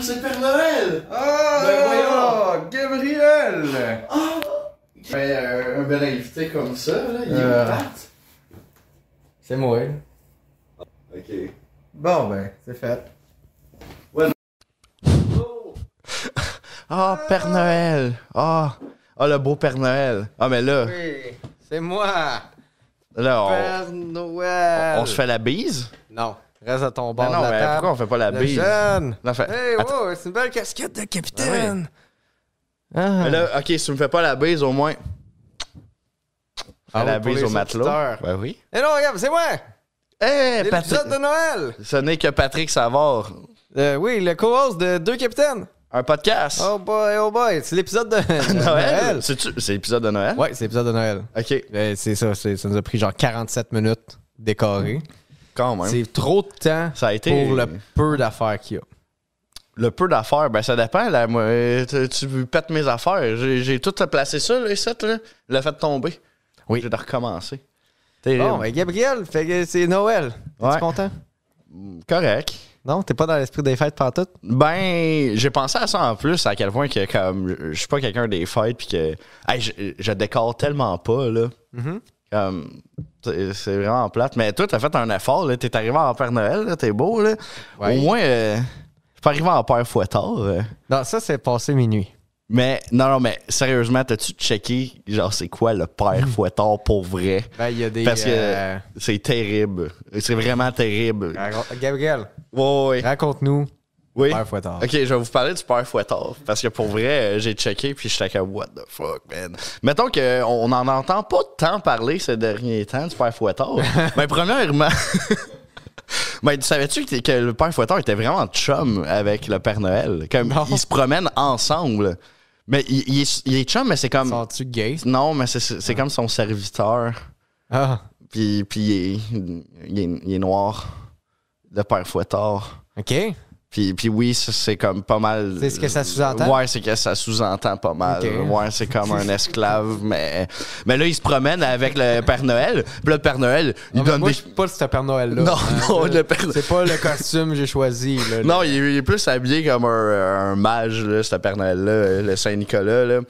c'est le Père Noël! Ah, Gabriel! Ah! Mais euh, un bel invité comme ça, là, il est Euh. au pat. C'est moi. Ok. Bon, ben, c'est fait. Ah, Père Noël! Ah! Ah, le beau Père Noël! Ah, mais là, Oui, c'est moi, là, on, Père Noël. Oh. on se fait la bise? Non, reste à ton bord Ben non, de la mais table. pourquoi on fait pas la Le bise? jeune. Non, fait- Hey, Attends. wow, c'est une belle casquette de capitaine. Ah, Mais là, ok, si tu me fais pas la bise, au moins. Fais Ah oui, la pour bise les au matelot. auditeurs. Ben oui. Et non, regarde, c'est moi. Eh, C'est Patrick. l'épisode de Noël. Ce n'est que Patrick Savard. Euh, oui, le co-host de Deux Capitaines. Un podcast. Oh boy, oh boy, c'est l'épisode de de Noël. C'est-tu- C'est l'épisode de Noël? Ouais, c'est l'épisode de Noël. Ok, Euh, c'est ça, c'est- ça nous a pris genre 47 minutes décorées. quand même. C'est trop de temps Ça a été- pour le peu d'affaires qu'il y a. Le peu d'affaires, ben ça dépend. Là, moi, euh, tu, tu pètes mes affaires. J'ai j'ai tout placé ça, là, ici, là. Le fait tomber. Oui. J'ai de recommencer. Bon, Terrible. ben Gabriel, fait que c'est Noël. T'es Ouais. content? Correct. Non, t'es pas dans l'esprit des fêtes partout? Ben, j'ai pensé à ça en plus, à quel point que comme je suis pas quelqu'un des fêtes puis que hey, je, je décore tellement pas là. Mm-hmm. Comme c'est c'est vraiment plate, mais toi t'as fait un effort là, t'es arrivé en Père Noël, là, t'es beau là. Ouais. Au moins euh, je suis pas arrivé en Père Fouettard. euh. Non, ça c'est passé minuit. Mais non non, mais sérieusement, t'as-tu checké genre c'est quoi le Père Fouettard pour vrai Ben, il y a des. Parce que Mm-hmm. euh, c'est terrible. C'est vraiment terrible. raconte- Gabriel, Ouais, ouais. raconte-nous. Oui. Père Fouettard. Ah. Ok, je vais vous parler du père Fouettard. Parce que pour vrai, euh, j'ai checké puis j'étais comme, what the fuck, man. Mettons qu'on n'en entend pas tant parler ces derniers temps du père Fouettard. Mais premièrement. Mais tu savais-tu que, que le père Fouettard était vraiment chum avec le Père Noël? Comme Non. ils se promènent ensemble. Mais il, il est, il est chum, mais c'est comme. Sens-tu gay? Non, mais c'est- c'est c'est comme son serviteur. Ah, Puis, puis il, est, il est- il est noir, le père Fouettard. ok. Puis, puis oui, ça, c'est comme pas mal. C'est ce que ça sous-entend? Ouais, c'est que ça sous-entend pas mal. Ok. Ouais, c'est comme un esclave, mais. Mais là, il se promène avec le Père Noël. Puis là, le Père Noël, il Non, mais donne moi, des. je suis pas ce Père Noël-là. Non, non, là, le Père- C'est pas le costume que j'ai choisi. Là, Non, il est, il est plus habillé comme un, un mage, là, ce Père Noël-là, le Saint-Nicolas. Là.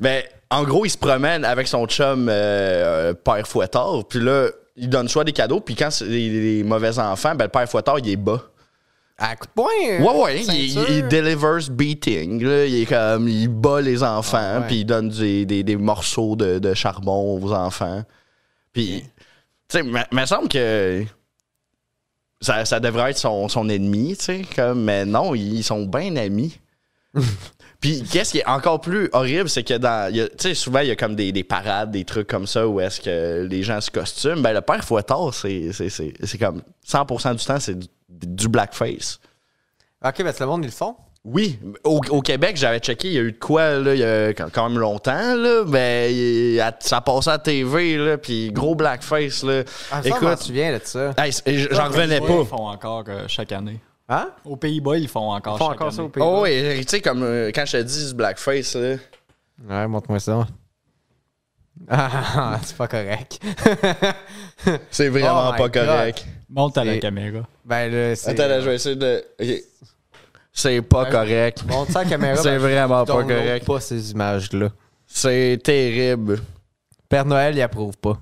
Mais en gros, il se promène avec son chum euh, euh, Père Fouettard. Puis là, il donne soit des cadeaux. Puis quand c'est les, les mauvais enfants, ben, le Père Fouettard, il est bas. À coup de poing. euh, Ouais, ouais, il, ceinture. il delivers beating. là. Il est comme, il bat les enfants, puis il donne des, des- des morceaux de, de charbon aux enfants. Puis, tu sais, me me semble que ça, ça devrait être son, son ennemi, tu sais, comme, mais non, ils sont bien amis. Puis, qu'est-ce qui est encore plus horrible, c'est que dans. il y a- Tu sais, souvent, il y a comme des, des parades, des trucs comme ça où est-ce que les gens se costument. Ben, le père Fouettard, c'est c'est- c'est- c'est comme 100% du temps, c'est du- du blackface. Ok, ben, c'est le monde, ils le font. Oui, au, au Québec, j'avais checké, il y a eu de quoi là, il y a quand, quand même longtemps, là, ben, il- à- ça passait à la TV, là, puis gros blackface. Là. Ah, ça, je m'en Écoute, souviens de ça. hey, c- j- j'en revenais Pays-Bas, pas. Ah, Ils font encore euh, chaque année. Hein? Aux Pays-Bas, ils font encore Ils font chaque encore année. ça au pays. Oh, ouais, tu sais, comme euh, quand je te dis du blackface, là. Ouais, montre-moi ça. Ah, c'est pas correct. c'est vraiment Oh my pas God. correct. Monte à Et- la caméra. ben là, c'est. Attends, là, je vais essayer de. ok. C'est pas correct. Montre ça à la caméra. C'est ben, vraiment pas download correct. pas ces images-là. C'est terrible. Père Noël, il approuve pas.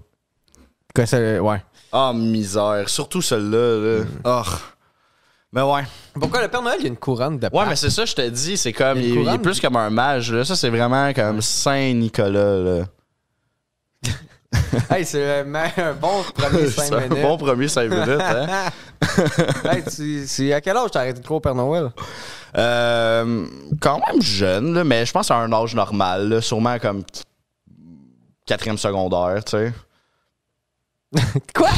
Quoi, ça, ouais. Oh, misère. Surtout celle-là, Hmm. là. Oh. Mais ouais. Pourquoi le Père Noël, il a une couronne de Ouais, pape? mais c'est ça, je te dis, c'est comme. Il y a Il, une il est couronne. plus comme un mage, là. Ça, c'est vraiment comme Saint-Nicolas, là. Hey, c'est le me- un bon premier C'est 5 un minutes. bon premier 5 minutes, hein. Hey, tu, tu- à quel âge t'as arrêté de croire au Père Noël? Euh, quand même jeune, là, mais je pense à un âge normal, là, sûrement comme qu- quatrième secondaire, tu sais. Quoi?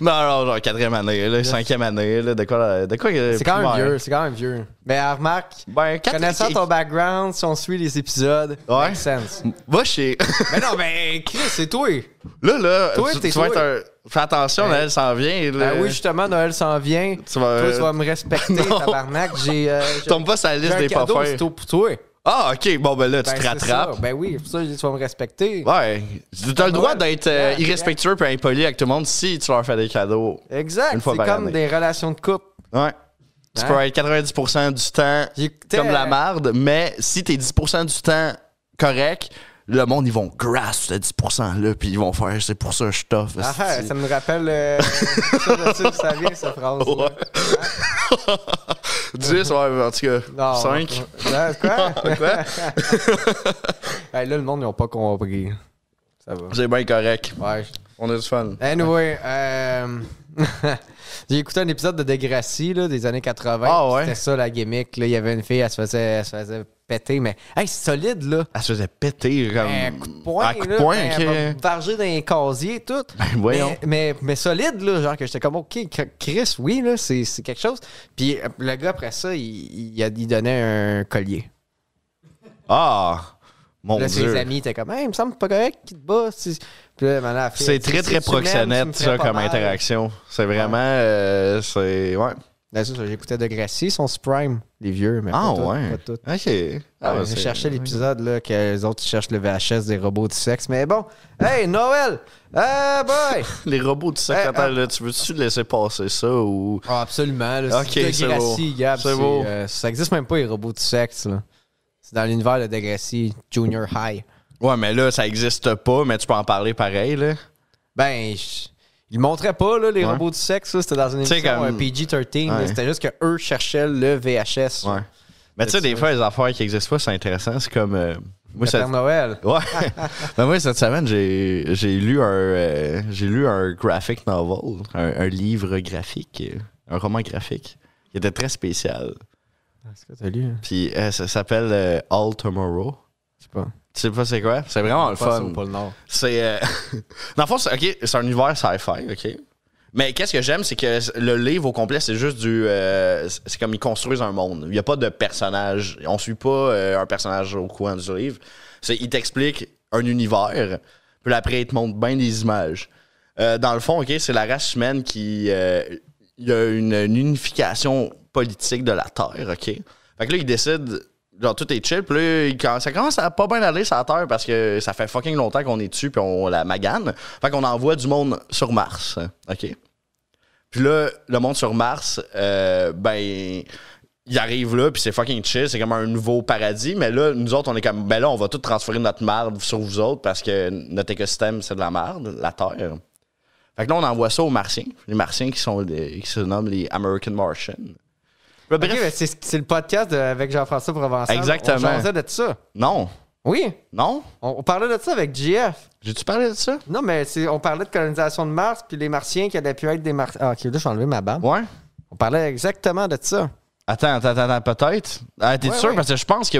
Non, non, genre quatrième année, là, cinquième année, là, de quoi... De quoi euh, c'est quand même vieux, c'est quand même vieux. Mais alors, remarque, Ben, quatre- connaissant ton background, si on suit les épisodes, Ouais. makes sense. Va chez... mais non, mais Chris, c'est toi. Là, là, Toi, tu, t'es tu vas toi. être un... Fais attention, là, elle s'en vient, là. Ben oui, justement, Noël s'en vient. Tu vas... Toi, tu vas me respecter, Euh, Non. tabarnak. J'ai euh, j'ai- Tombe pas sur la j'ai liste un des pas cadeau, fins. c'est tout pour toi. Ah, OK, bon, ben là, tu Ben, te c'est rattrapes. ça. Ben oui, c'est pour ça que je dis, tu vas me respecter. Ouais. T'as le droit Ouais, d'être euh, ouais, irrespectueux et impoli avec tout le monde si tu leur fais des cadeaux. Exact, Une fois c'est par comme année. des relations de couple. Ouais. Tu Hein? peux être 90% du temps J'écoutais- comme la marde, mais si t'es 10% du temps correct, le monde, ils vont grasp ce 10%-là, puis ils vont faire c'est pour ça que je t'offre. Ah, ça me rappelle. euh, ça, ça, ça vient, cette phrase. Ouais. 10, ouais, en tout cas. 5. Ben, Quoi? Hey, là, le monde, ils n'ont pas compris. Ça va. C'est bien correct. Ouais. On a du fun. Anyway, euh, j'ai écouté un épisode de Degrassi là, des années 80. Ah ouais? C'était ça la gimmick. Là. Il y avait une fille, elle se faisait, elle se faisait péter, mais hey, c'est solide là. Elle se faisait péter comme. Un coup de poing, Un Euh, coup de là, poing, ben, ok. elle va varger dans les casiers, tout. Ben, voyons. Mais, mais, mais solide, là, genre que j'étais comme, OK, cr- Chris, oui, là, c'est c'est quelque chose. Puis euh, le gars, après ça, il, il, a- il donnait un collier. Ah! Mon là, ses dieu. amis étaient comme, hey, il me semble pas correct qu'il te bat. C'est- Puis là, maintenant, la fille, euh, C'est elle dit, très, très Si tu m'aimes, tu me proxénète, ferais ça, pas comme mal. interaction. C'est vraiment. euh, c'est. Ouais. Là, Ben, c'est ça, j'écoutais de Gracie, son Prime, les vieux, mais Ah, pas tout, ouais. pas tout. Ok. Ah, Ah, ouais, c'est- je cherchais l'épisode là que les autres ils cherchent le VHS des robots du sexe, mais bon. Hey Noël, hey boy. Les robots du secrétaire, Eh, là, tu veux-tu laisser passer ça ou. Ah, absolument. Là, Ok, c'est c'est Degrassi, beau. Gab. C'est c'est, beau. euh, ça existe même pas les robots du sexe. là. C'est dans l'univers de Degrassi Junior High. Ouais, mais là, ça existe pas, mais tu peux en parler pareil, là. Ben, je- ils montraient pas là, les Ouais. robots du sexe. là, C'était dans une sais, émission comme- euh, PG-13. là, Ouais. C'était juste que eux cherchaient le VHS. Ouais. Mais tu sais, des fois, les affaires qui existent pas, c'est intéressant. C'est comme. euh, moi, Le cette... Père Noël. Ouais. Mais moi, cette semaine, j'ai j'ai lu un euh, j'ai lu un graphic novel, un, un livre graphique, euh, un roman graphique. qui était très spécial. Est-ce que t'as lu? hein? Puis euh, ça s'appelle euh, All Tomorrow. Je sais pas. Tu sais pas c'est quoi? C'est vraiment le Pas fun. Ah, le Nord. C'est. euh, Dans le fond, c'est ok, c'est un univers sci-fi, OK? Mais qu'est-ce que j'aime, c'est que le livre au complet, c'est juste du. euh, c'est comme ils construisent un monde. Il n'y a pas de personnage. On suit pas euh, un personnage au courant du livre. C'est, ils t'expliquent un univers, puis après, ils te montrent bien des images. Euh, dans le fond, OK, c'est la race humaine qui. euh, Il y a une, une unification politique de la Terre, OK? Fait que là, ils décident. Genre, tout est chill. Puis là, il commence- ça commence à pas bien aller sur la Terre parce que ça fait fucking longtemps qu'on est dessus puis on la magane. Fait qu'on envoie du monde sur Mars. OK? Puis là, le monde sur Mars, euh, ben, il arrive là, puis c'est fucking chill, c'est comme un nouveau paradis. Mais là, nous autres, on est comme, ben là, on va tout transférer notre marde sur vous autres parce que notre écosystème, c'est de la marde, la Terre. Fait que là, on envoie ça aux Martiens, les Martiens qui, sont des- qui se nomment les American Martians. Là, Ok, bref, mais c'est, c'est le podcast de- avec Jean-François Provençal. Exactement. On jasait de ça. non, Oui, non, on, on parlait de ça avec GF. j'ai-tu parlé de ça? Non, mais c'est- on parlait de colonisation de Mars, puis les Martiens qui avaient pu être des Martiens. Ah, ok, là, j'ai enlevé ma barbe. Ouais. On parlait exactement de ça. Attends, attends, attends, attends, peut-être. Ah, T'es Ouais, sûr? ouais. Parce que je pense que.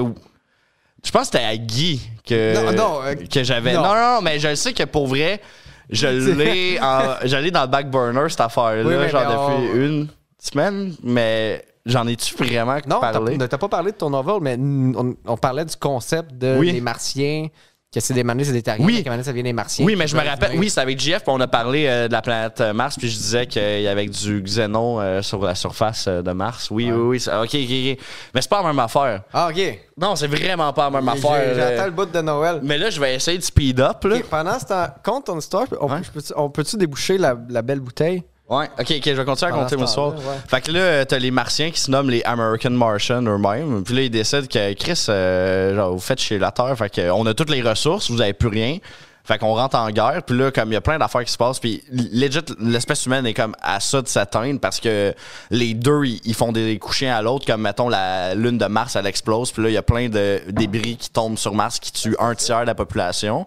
Je pense que c'était à Guy que, Non, non, euh, que j'avais. Non. non. non, non, mais je le sais que pour vrai, je l'ai en- je l'ai dans le back burner, cette Oui, affaire-là, mais genre on- depuis une semaine, mais j'en ai-tu vraiment Non, t'as- parlé? t'as pas parlé de ton novel, mais n- on, on parlait du concept de Oui. des Martiens, que c'est des Martiens, c'est des Terriens, Oui. mais qu'à un moment donné, ça vient des Martiens. Oui, mais je me Puis, rappelle, oui, c'est avec GF, puis on a parlé euh, de la planète euh, Mars, puis je disais qu'il y avait du xénon euh, sur la surface euh, de Mars. Oui, oui, oui, ça- ok, ok, ok. Mais c'est pas la même affaire. Ah, ok. Non, c'est vraiment pas la même J'ai- affaire. J'attends euh. le bout de Noël. Mais là, je vais essayer de speed up, là. Ok, pendant ce temps, compte ton histoire. On, Ouais. je peux-tu- on peut-tu déboucher la, la belle bouteille? Ouais, ok, ok, je vais continuer à Pendant raconter ce mon histoire. temps-là, ouais. Fait que là, euh, t'as les Martiens qui se nomment les American Martians eux-mêmes. Puis là, ils décident que Chris, euh, genre, vous faites chez la Terre. Fait que euh, on a toutes les ressources, vous avez plus rien. Fait qu'on rentre en guerre. Puis là, comme il y a plein d'affaires qui se passent, puis legit, l'espèce humaine est comme à ça de s'atteindre parce que les deux, ils, ils font des couchins à l'autre. Comme mettons, la lune de Mars, elle explose. Puis là, il y a plein de débris qui tombent sur Mars qui tuent un tiers de la population.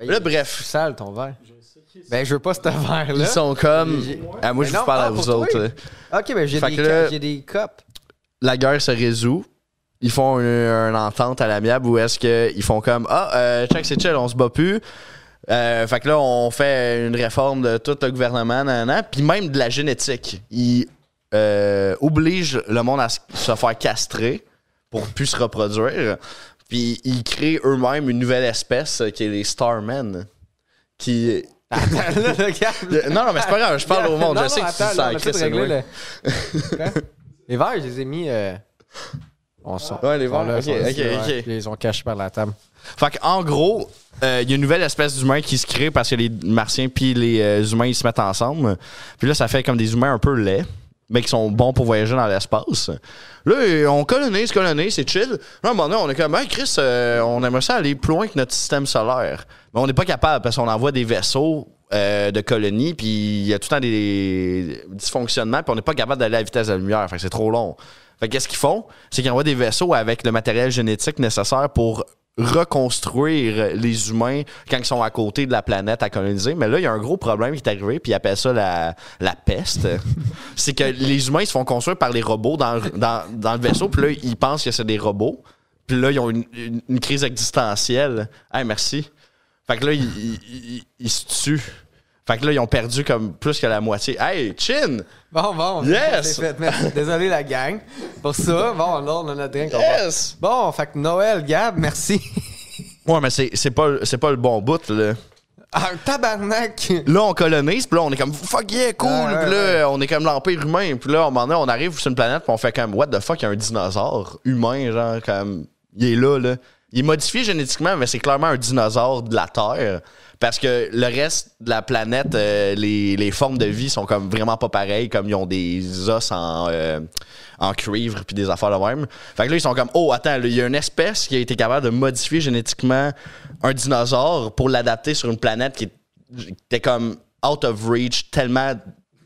Là, Plus bref. sale ton verre. Ben, je veux pas ce verre-là. Ils sont comme. Ah, moi, je Mais vous non, parle ah, à vous pour autres. toi. là. Ok, ben j'ai Fait des, que là- ca- j'ai des copes. la guerre se résout. Ils font une, une entente à l'amiable où est-ce qu'ils font comme Ah, euh, check, c'est chill, on se bat plus. Euh, fait que là, on fait une réforme de tout le gouvernement, nanana, puis même de la génétique. Ils euh, obligent le monde à se se faire castrer pour plus se reproduire. Puis ils créent eux-mêmes une nouvelle espèce euh, qui est les Starmen. Qui. Attends, là, le câble. Euh, Non, non, mais c'est pas grave, je parle au monde, Non, je sais non, que tu attends, sens on a Chris, tout c'est réglé, loin. là. Hein? Les verres, je les ai mis. euh, On sort. Ouais, Ah, les Ils sont verres, là, ok, ils sont ici, ok, ouais. ok. Puis Ils les ont cachés par la table. Fait qu'en gros, euh, il y a une nouvelle espèce d'humain qui se crée parce que les martiens puis les euh, humains ils se mettent ensemble. Puis là, ça fait comme des humains un peu laids. mais qui sont bons pour voyager dans l'espace. Là, on colonise, colonise, c'est chill. Là, à un moment donné, on est comme, hey, Chris, euh, on aimerait ça aller plus loin que notre système solaire. Mais on n'est pas capable parce qu'on envoie des vaisseaux euh, de colonies, puis il y a tout le temps des dysfonctionnements, puis on n'est pas capable d'aller à la vitesse de la lumière. Fait que c'est trop long. Fait que qu'est-ce qu'ils font? C'est qu'ils envoient des vaisseaux avec le matériel génétique nécessaire pour reconstruire les humains quand ils sont à côté de la planète à coloniser. Mais là, il y a un gros problème qui est arrivé, puis ils appellent ça la, la peste. c'est que les humains ils se font construire par les robots dans, le- dans, dans le vaisseau, puis là, ils pensent que c'est des robots. Puis là, ils ont une, une- une crise existentielle. Hey, merci. Fait que là, ils, ils- ils- ils se tuent. Fait que là, ils ont perdu comme plus que la moitié. Hey, Chin! Bon, bon. Yes! c'est fait. Merci. Désolé, la gang. Pour ça, bon, là, on a notre drink. on va- Yes! Bon, fait que Noël, Gab, merci. Ouais, mais c'est c'est pas, c'est pas le bon bout, là. Un tabarnak. Là, on colonise, puis là, on est comme fuck yeah, cool. Ah, ouais, puis là, euh, on est comme l'Empire humain. Puis là, à un moment donné, on arrive sur une planète, puis on fait comme what the fuck, il y a un dinosaure humain, genre, comme il est là, là. Il est modifié génétiquement, mais c'est clairement un dinosaure de la Terre. Parce que le reste de la planète, euh, les, les formes de vie sont comme vraiment pas pareilles, comme ils ont des os en, euh, en cuivre puis des affaires de même. Fait que là, ils sont comme Oh, attends, là, il y a une espèce qui a été capable de modifier génétiquement un dinosaure pour l'adapter sur une planète qui est t'es comme out of reach tellement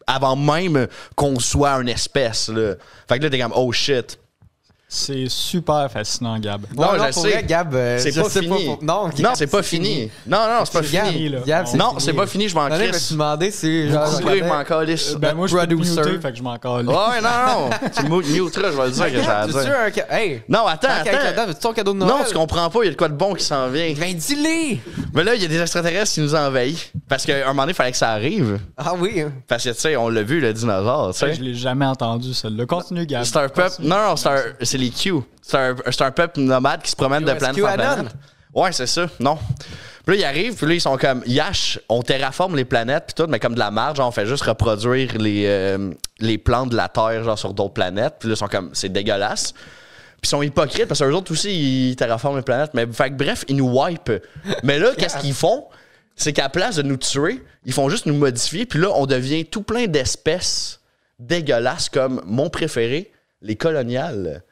avant même qu'on soit une espèce. Là. Fait que là, t'es comme oh shit. C'est super fascinant, Gab. Non, Ouais, je pour sais. vrai, Gab, euh, C'est je pas sais fini. pour- Non, Gab, Non, c'est pas fini. Non, non, c'est pas Gab, fini. là. Gab, Non, c'est pas fini, je m'en Non, non, mais crisse. tu demandais si. genre, Pourquoi regardais- il m'en calisse? Ben, moi, je suis Producer. muté, fait que je m'en calais. Ouais, non, non. tu me muteras, je vais le dire que j'ai à Gab, tu dire. un ca- Hey! Non, attends, tant qu'à être là-dedans, attends. veux-tu ton cadeau de Noël? Non, tu comprends pas, il y a de quoi de bon qui s'en vient. Ben, dis-les! Mais là, il y a des extraterrestres qui nous envahissent. Parce qu'à un moment donné, il fallait que ça arrive. Ah oui, hein. Parce que, tu sais, on l'a vu, le dinosaure, tu sais. Je l'ai jamais entendu, celle-là. Continue, Gab. C'est un peuple. Continue. Non, non, c'est un- c'est les Q. C'est un, c'est un peuple nomade qui se promène de US planète en QAnon. planète. Ouais, c'est ça. Non. Puis là, ils arrivent, puis là, ils sont comme Yash, on terraforme les planètes, puis tout, mais comme de la marge, on fait juste reproduire les, euh, les plans de la Terre, genre sur d'autres planètes. Puis là, ils sont comme, c'est dégueulasse. Puis ils sont hypocrites parce que eux autres aussi, ils terraforment les planètes. Mais fait que bref, ils nous wipe. Mais là, qu'est-ce qu'ils font? C'est qu'à place de nous tuer, ils font juste nous modifier. Puis là, on devient tout plein d'espèces dégueulasses comme mon préféré, les coloniales.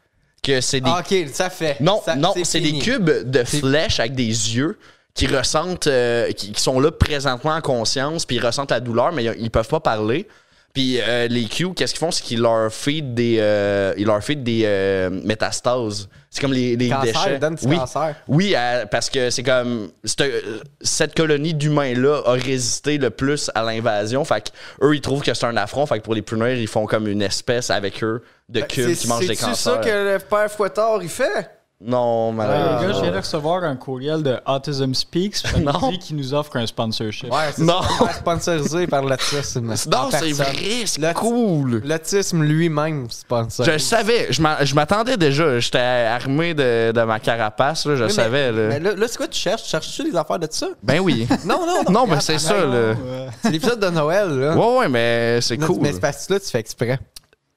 Que c'est des Ah, ok, ça fait. non, Ça- non, c'est des fini. cubes de flèches avec des yeux qui ressentent, euh, qui, qui sont là présentement en conscience, puis ils ressentent la douleur, mais ils ils peuvent pas parler. Puis euh, les Q, qu'est-ce qu'ils font? C'est qu'ils leur feed des, euh, ils leur feed des euh, métastases. C'est comme les, les Cancer, déchets. donne du oui, cancer. oui, euh, parce que c'est comme c'est, euh, cette colonie d'humains-là a résisté le plus à l'invasion. Fait que eux, ils trouvent que c'est un affront. Fait que pour les plus noirs, ils font comme une espèce avec eux de cubes Ben, C'est- qui mangent des C'est-tu cancers. ça que le père Fouettard, il fait? Non, Euh, malheureusement. Les Euh, gars, je viens de recevoir un courriel de Autism Speaks puis ça Non. me dit qu'ils nous offre un sponsorship. Ouais, c'est Non. ça, le père sponsorisé par l'autisme. Non, c'est En personne. vrai, c'est L'aut- cool. L'autisme lui-même Je sponsorisé. le savais, je m'en- je m'attendais déjà. J'étais armé de, de ma carapace, là, je le savais. là. Mais là, là, c'est quoi tu cherches? Cherches-tu des affaires de ça? Ben oui. Non, non, non. non, mais c'est ça. Là. Ah, Ouais. C'est l'épisode de Noël, là. Ouais, ouais, mais c'est Là, tu- cool. Mais c'est parce que là, tu fais exprès.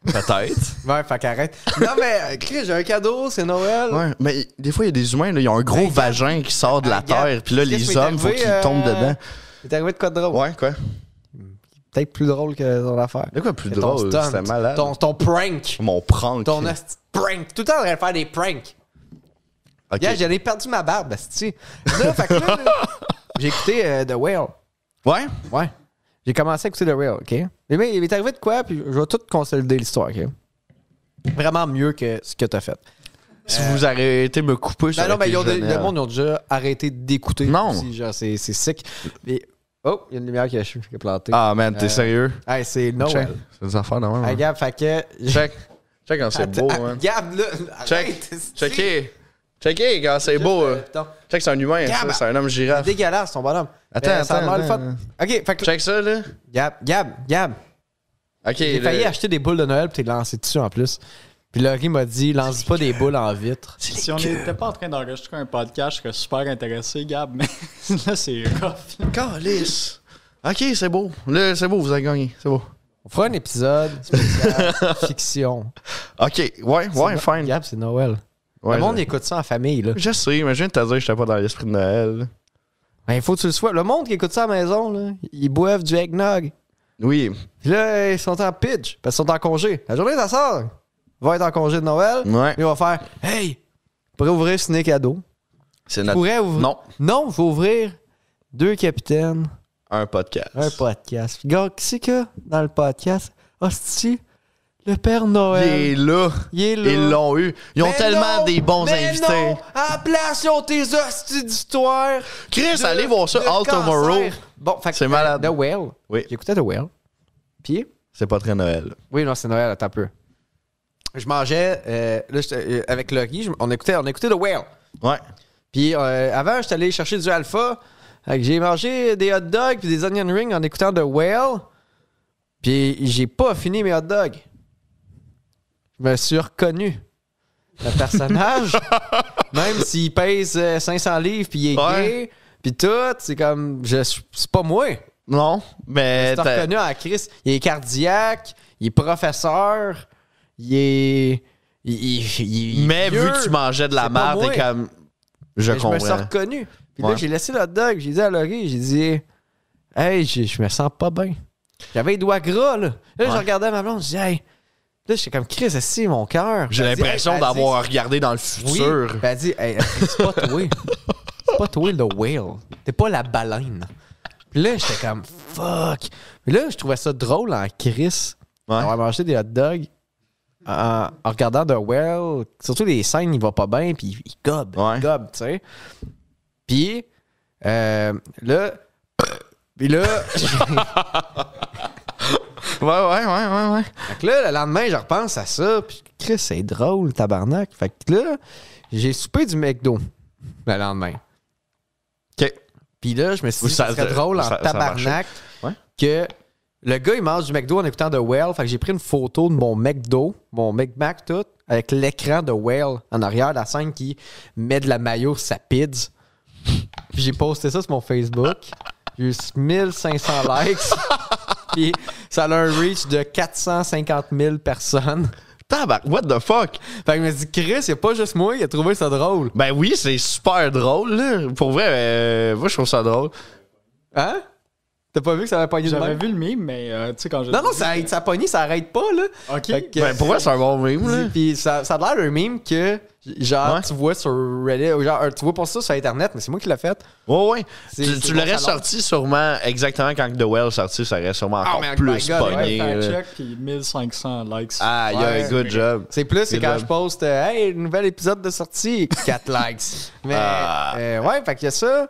Peut-être. Ouais, fait qu'arrête. Non, mais euh, Chris, j'ai un cadeau, c'est Noël. Ouais, mais des fois, il y a des humains, là, ils ont un gros Hey, vagin qui sort de la Hey, Gab, terre, puis là, qu'est-ce qui les m'est hommes, faut arrivé, qu'ils euh, tombent dedans. Il est arrivé de quoi de drôle? Ouais, quoi? Peut-être plus drôle que ton affaire. De quoi plus C'est drôle? ton stunt. C'était malade. Oh Ton, ton prank. Mon prank. Ton asti de prank. Tout le temps, on devrait faire des pranks. Ok. Hier, j'en ai perdu ma barbe, asti. Là, fait que là, là, j'ai écouté euh, The Whale. Ouais? Ouais. J'ai commencé à écouter The Whale, OK? Mais mais il m'est arrivé de quoi? Puis je vais tout consolider l'histoire, OK? Vraiment mieux que ce que t'as fait. Si vous arrêtez de me couper, ça Ben non, aurait ben, été ils ont des- génial. le monde, ils ont déjà arrêté d'écouter. Non. aussi, genre, c'est c'est sick. Mais- oh, il y a une lumière qui a, qui a planté. Ah, man, t'es Euh, sérieux? Hey, c'est Check. Noël. C'est des affaires de même, Hey, hein. Gab, fait que. Check. Check quand c'est beau, Attends, man. Gab, là. Check. arrête, c'est- Checker. Checker quand c'est Juste, beau. euh, hein. attends. Check, c'est un humain, Gab. ça. C'est un homme C'est girafe. dégueulasse, ton bonhomme. Attends, Mais ça a attends, l'air le fun. attends. Ok, fait que. Check ça, là. Gab, Gab, Gab. Ok. J'ai le- failli acheter des boules de Noël, puis t'es lancé dessus en plus. Puis Laurie m'a dit, lance pas des boules en vitre. Si on n'était pas en train d'enregistrer un podcast, je serais super intéressé, Gab, mais là, c'est rough. Calisse. Ok, c'est beau. Là, c'est beau, vous avez gagné. C'est beau. On fera un épisode spécial fiction. Ok, ouais, ouais, C'est no- fine. Gab, c'est Noël. Ouais, le monde je- écoute ça en famille, là. Je sais, mais je viens de te dire que j'étais pas dans l'esprit de Noël. Ben, il faut que tu le sois. Le monde qui écoute ça à la maison, là, ils boivent du eggnog. Oui. Puis là, ils sont en pitch, parce qu'ils sont en congé. La journée de la sœur va être en congé de Noël. Ouais. Ils vont faire Hey, vous pourrez ouvrir ce nez cadeau. C'est Vous notre. pourrez ouvrir. Non, Non, faut ouvrir deux capitaines, un podcast. un podcast. Puis, gars, qui c'est que dans le podcast Hostie, le Père Il Noël. est là. Il est là. Ils l'ont eu. Ils ont Mais tellement non, des bons mais invités. non, à la place, ils ont tes hosties d'histoire. Chris, allez voir ça, All Tomorrow. Bon, fait que, C'est malade. euh, The Whale. Oui. J'écoutais The Whale. Puis, C'est pas très Noël. oui, non, c'est Noël, attends un peu. Je mangeais, euh, là, j'étais, euh, avec Lucky, je- on écoutait, on écoutait The Whale. Ouais. Puis euh, avant, j'étais allé chercher du alpha. Fait que j'ai mangé des hot dogs puis des onion rings en écoutant The Whale. Puis j'ai pas fini mes hot dogs. Je me suis reconnu. Le personnage, même s'il pèse euh, 500 livres puis il est Ouais. gay, puis tout, c'est comme, je, c'est pas moi. Non, mais. Je t'ai t'as- reconnu à Chris. Il est cardiaque, il est professeur, il est. il- il- il- il est Mais vu vieux. que tu mangeais de la C'est pas merde, moi. t'es comme. Je Mais je me suis comprends. reconnu. Puis là, Ouais. j'ai laissé le hot dog. J'ai dit à Laurie, j'ai dit, hey, j'ai- je me sens pas bien. J'avais les doigts gras, là. Là, je Ouais. regardais ma blonde, je dis, hey. Là, j'étais comme Chris, assis mon cœur. J'ai Elle dit, l'impression Hey, elle dit, d'avoir regardé dans le Oui. futur. Puis Elle dit, hey, elle dit, c'est pas toi. C'est pas toi le whale. T'es pas la baleine. Puis là, j'étais comme, fuck. Puis là, je trouvais ça drôle en Chris. Ouais. On va manger des hot dogs. En, en regardant The Whale, surtout les scènes, il va pas bien, puis il- il gobe, Ouais. il gobe, tu sais. Puis, euh, là, puis là, Ouais, ouais, ouais, ouais, ouais. Fait que là, le lendemain, je repense à ça. Puis, Chris, c'est drôle, tabarnak. Fait que là, j'ai soupé du McDo le lendemain. OK. Puis là, je me suis Ou dit, ça- ça serait drôle ou en ça- ça a marché. tabarnak Ouais. que le gars, il mange du McDo en écoutant The Whale. Fait que j'ai pris une photo de mon McDo, mon McMac tout, avec l'écran de Whale en arrière, la scène qui met de la maillot sur sa pizza. Puis j'ai posté ça sur mon Facebook. J'ai eu 1500 likes. Puis ça a un reach de 450 000 personnes. Tabac, what the fuck? Fait que je me dis, Chris, il a pas juste moi, il a trouvé ça drôle. Ben oui, c'est super drôle, là. Pour vrai, euh, moi, je trouve ça drôle. Hein? T'as pas vu que ça avait pogné de J'avais même? vu le mime, mais euh, tu sais, quand je. Non, non, ça, arrête- ça pogne, ça arrête pas, là. Ok. Fait que- euh, Ben pour vrai, c'est un bon meme, là. Puis ça, ça a l'air d'un meme que, genre, Ouais. tu vois sur Reddit, ou genre, tu vois pas ça sur Internet, mais c'est moi qui l'ai fait. Ouais, ouais. C'est- Tu, c'est tu bon, l'aurais ça Ah, sorti sûrement exactement quand The Well sorti, ça aurait sûrement encore mais my plus God, pogné. Fact là. check, puis 1500 likes. Ah, il y a Ouais. un good job. C'est plus, c'est Good quand job. je poste, euh, hey, nouvel épisode de sortie, 4 likes. Mais, Ah. euh, ouais, fait qu'il y a ça.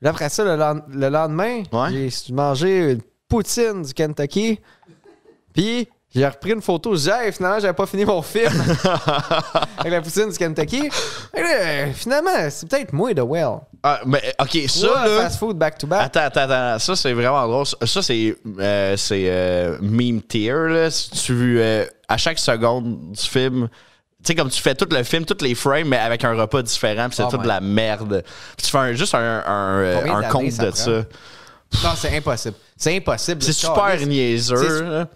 Là, après ça, le, lend- le lendemain, Ouais. j'ai mangé une poutine du Kentucky. Puis, j'ai repris une photo. J'ai dit, hey, finalement, j'avais pas fini mon film avec la poutine du Kentucky. Et là, euh, finalement, c'est peut-être moi, The Well. Ah, mais OK, ça, Trois là. fast food back-to-back. Attends, attends, attends. Ça, c'est vraiment drôle. Ça, c'est euh, c'est, euh, meme tier, là. Si tu, euh, à chaque seconde du film, tu sais, comme tu fais tout le film, toutes les frames, mais avec un repas différent, puis c'est Oh toute my. de la merde. Puis tu fais un- juste un, un, euh, Combien un d'années compte ça de prend? ça. Ah, Non, c'est impossible. C'est impossible. C'est super niaiseux. c'est- là.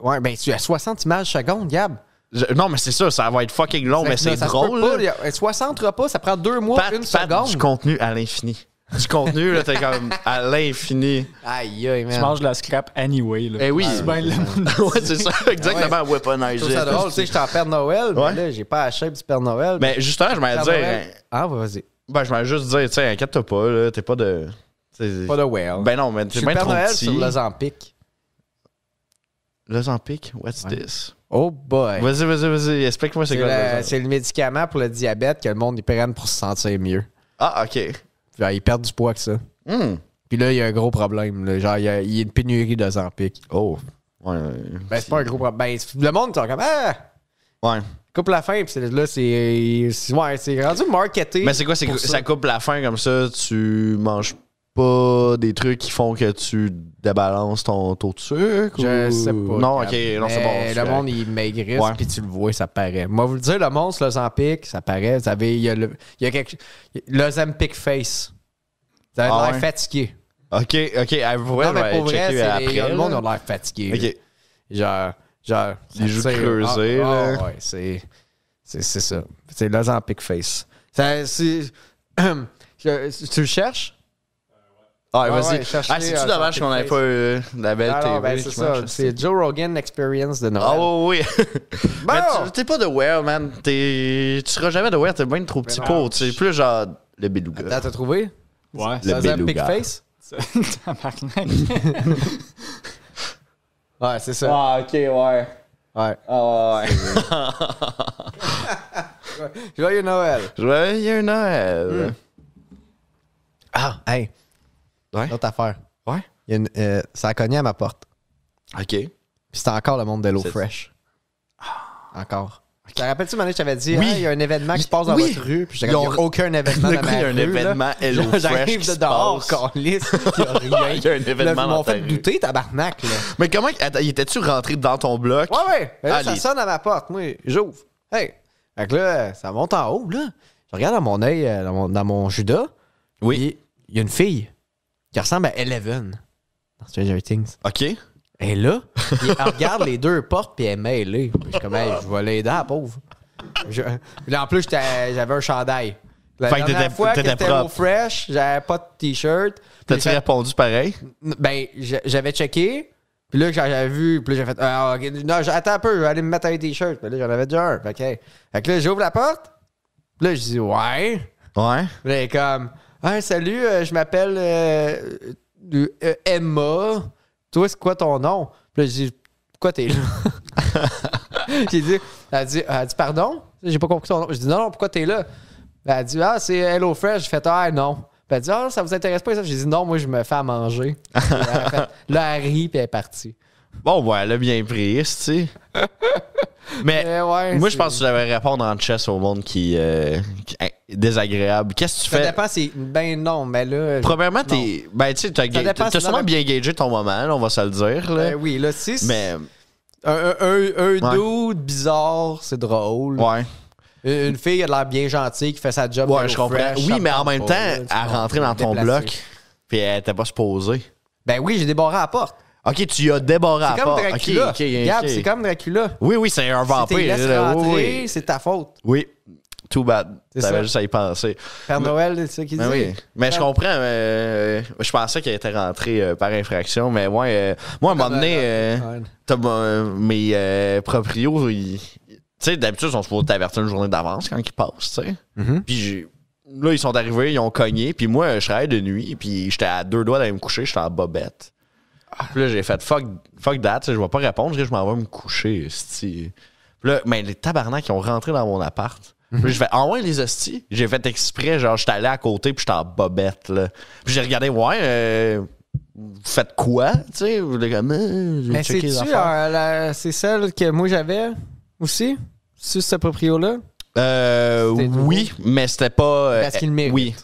Ouais, ben tu as 60 images secondes, Gab. Ben, Je- non, mais c'est ça, ça va être fucking long, mais Ça c'est se peut drôle. pas, là. il y a 60 repas, ça prend deux mois, Pat, une Pat, seconde. du contenu à l'infini. Du contenu, là, t'es comme à l'infini. Aïe, aïe, man. Je mange de la scrap anyway, là. Ah. Eh oui. C'est bien le monde. ouais, c'est ça, exactement, Je weaponized. trouve ça drôle, tu sais, je t'en Père Noël, Ouais. mais là, j'ai pas la shape du Père Noël. Mais justement, je m'en Père dire, Noël- hein, Ah, bah, vas-y. ben, je m'en juste dire, tu sais, inquiète-toi pas, là, t'es pas de. t'sais, Pas de whale. Ben non, mais je t'es suis bien Père trop Noël petit. sur l'Ozampic. L'Ozempic? what's this? Oh boy. Vas-y, vas-y, vas-y, explique-moi c'est C'est quoi la- l'Ozempic. C'est le médicament pour le diabète que le monde y prenne pour se sentir mieux. Ah, ok. Genre, ils perdent du poids que ça. Hmm. Puis là, il y a un gros problème. là. Genre, il y, a, il y a une pénurie d'Ozampic. Oh. Ouais. euh, Ben, c'est pas un gros problème. Ben, c'est- le monde, ils sont comme, ah, Ouais. coupe la fin, puis c'est- là, c'est. c'est- Ouais, c'est rendu marketé. Mais c'est quoi? C'est que Pour ça coupe la faim comme ça, tu manges pas des trucs qui font que tu débalances ton taux de sucre? Je ou- sais pas. Non, ok, Gab. non, c'est bon. Mais c'est Le correct. monde, il maigrisse, Ouais. puis tu le vois, ça paraît. Moi, vous le dire, le monstre, le Zampic, ça paraît. Vous avez, il y a le, il y a quelque, le Zampic face. Vous avez Ah l'air ouais? fatigué. Ok, ok, à vrai, non, mais je pour vais vrai, checker c'est- après. le monde là. a l'air fatigué. Ok. Genre, genre. ça joues tire. creusées, Ah, là. ah ouais, c'est, c'est, c'est ça. C'est le Zampic face. Ça, c'est, je- tu le cherches? Ah, Ouais, vas-y. ouais, cherchez, ah, c'est-tu euh, dommage sur qu'on n'avait Netflix. pas euh, la belle TV? Alors, ben, qui c'est marche, ça. ça. C'est Joe Rogan Experience de Noël. Ben, Ah oui, oui. Bon! Mais tu- t'es pas de wear, man. T'es- Tu seras jamais de wear, t'es bien trop petit non. pour. Tu es plus genre le beluga. Attends, T'as trouvé? Ouais. Le Ça faisait un beluga. Big Face? c'est- Tabarnak. Ouais, c'est ça. Ah, ok, ouais. Ouais. Ah, ouais. Joyeux Noël! Joyeux Hmm. Noël. Ah, hey! Ouais. Autre affaire. Ouais. Il y a une- euh, ça a cogné à ma porte. Ok. Puis c'était encore le monde de l'eau C'est- fresh. Encore. Tu Ah. te rappelles-tu, Mané, je t'avais dit, Ah, Oui. il y a un événement qui se passe dans Oui. votre rue. Puis j'ai Ils comme, il ont- n'y a aucun événement Le dans coup, ma il y a rue. un là. événement HelloFresh J'arrive qui de se dehors, passe. câlisse, il y a rien. Il y a un événement Là, Ils dans m'ont ta fait rue. douter, tabarnak, là. Mais comment. Attends, y étais-tu rentré dans ton bloc? Ouais, ouais. Mais là, ça Allez. sonne à ma porte. Moi, j'ouvre. Hey. Fait que là, ça monte en haut, là. Je regarde dans mon œil, euh, dans mon, dans mon Judas. Oui. Puis, Il y a une fille qui ressemble à Eleven dans Stranger Things. Ok. Elle est là. Puis elle regarde les deux portes, puis elle est mêlée. Puis Je suis comme, Hey, je vais l'aider, la pauvre. Je- Puis là, en plus, j'étais- j'avais un chandail. La Fait que dernière t'étais- fois que t'étais j'étais propre. au Fresh, j'avais pas de T-shirt. Puis T'as-tu j'ai fait- répondu pareil? ben, j'a- j'avais checké. Puis là, j'avais vu. Puis là, j'ai fait. Ah, ok, non, j'- attends un peu, je vais aller me mettre un t-shirt. Puis là, j'en avais déjà un. Fait que, hey. Fait que là, j'ouvre la porte. Puis là, je dis, ouais. Ouais. Puis là, elle est comme, ah, salut, euh, je m'appelle euh, euh, euh, Emma. Toi, c'est quoi ton nom? Puis là, je dis, pourquoi t'es là? j'ai dit, elle dit, elle dit, pardon? J'ai pas compris ton nom. Je dis, non, non, pourquoi t'es là? Elle a dit, ah, c'est Hello Fresh. J'ai fait, ah, non. Puis elle dit, ah, ça vous intéresse pas? ça? J'ai dit, non, moi, je me fais à manger. Puis elle a fait- là, elle rit, puis elle est partie. Bon, ouais, elle a bien pris, tu sais. Mais Eh ouais, moi, je c'est- pense que je devrais répondre en chess au monde qui, euh, qui est désagréable. Qu'est-ce que tu Ça fais? dépend si. Ben non, mais là. Premièrement, t'es. Ben, tu sais, t'as ga- dépend, t'as- t'as sinon, sûrement la- bien gagé ton moment, là, on va se le dire. Là. Ben oui, là, si. Mais, Un, un, un, un dude bizarre, c'est drôle. ouais. Une une fille, elle a l'air bien gentille, qui fait sa job. Ouais, elle je est comprends. fresh, ça oui, me mais en tente même pas, temps, là, tu à comprends, rentrer dans ton déplacée. bloc, puis elle était pas supposée. Ben oui, j'ai débarré à la porte. Ok, tu y as débarré à C'est comme part. Ok, Dracula. ok, ok. Gab, c'est comme Dracula. Oui, oui, c'est un Si t'es vampire. laissé là, oui, rentrer, oui. c'est ta faute. Oui, too bad. C'est T'avais ça. juste à y penser. Père Noël, c'est ça qu'il dit. Mais Ben oui. Mais je comprends. euh, je pensais qu'elle était rentrée euh, par infraction, mais ouais, euh, moi, à un moment donné, euh, Ouais. t'as mon- mes euh, proprios, ils- tu sais, d'habitude, ils sont supposés t'avertir une journée d'avance quand ils passent, tu sais. Mm-hmm. Puis j'ai- là, ils sont arrivés, ils ont cogné, puis moi, je travaillais de nuit, puis j'étais à deux doigts d'aller me coucher, j'étais en bobette. Ah. Puis là, j'ai fait fuck, fuck that, tu sais, je vais pas répondre, je je m'en vais me coucher, esti. Puis là, mais les tabarnak, ils ont rentré dans mon appart. Mm-hmm. Puis là, je fais, ah ouais, les hosties? J'ai fait exprès, genre, j'étais allé à côté, puis j'étais en bobette, là. Puis j'ai regardé, ouais, euh, vous faites quoi? Tu sais, vous êtes comme, Euh, j'ai Mais checké les c'est-tu, affaires. euh, la- c'est celle que moi j'avais aussi? C'est ce proprio-là? Euh, C'était nouveau. oui, mais c'était pas. euh, Parce qu'il le mérite. Oui.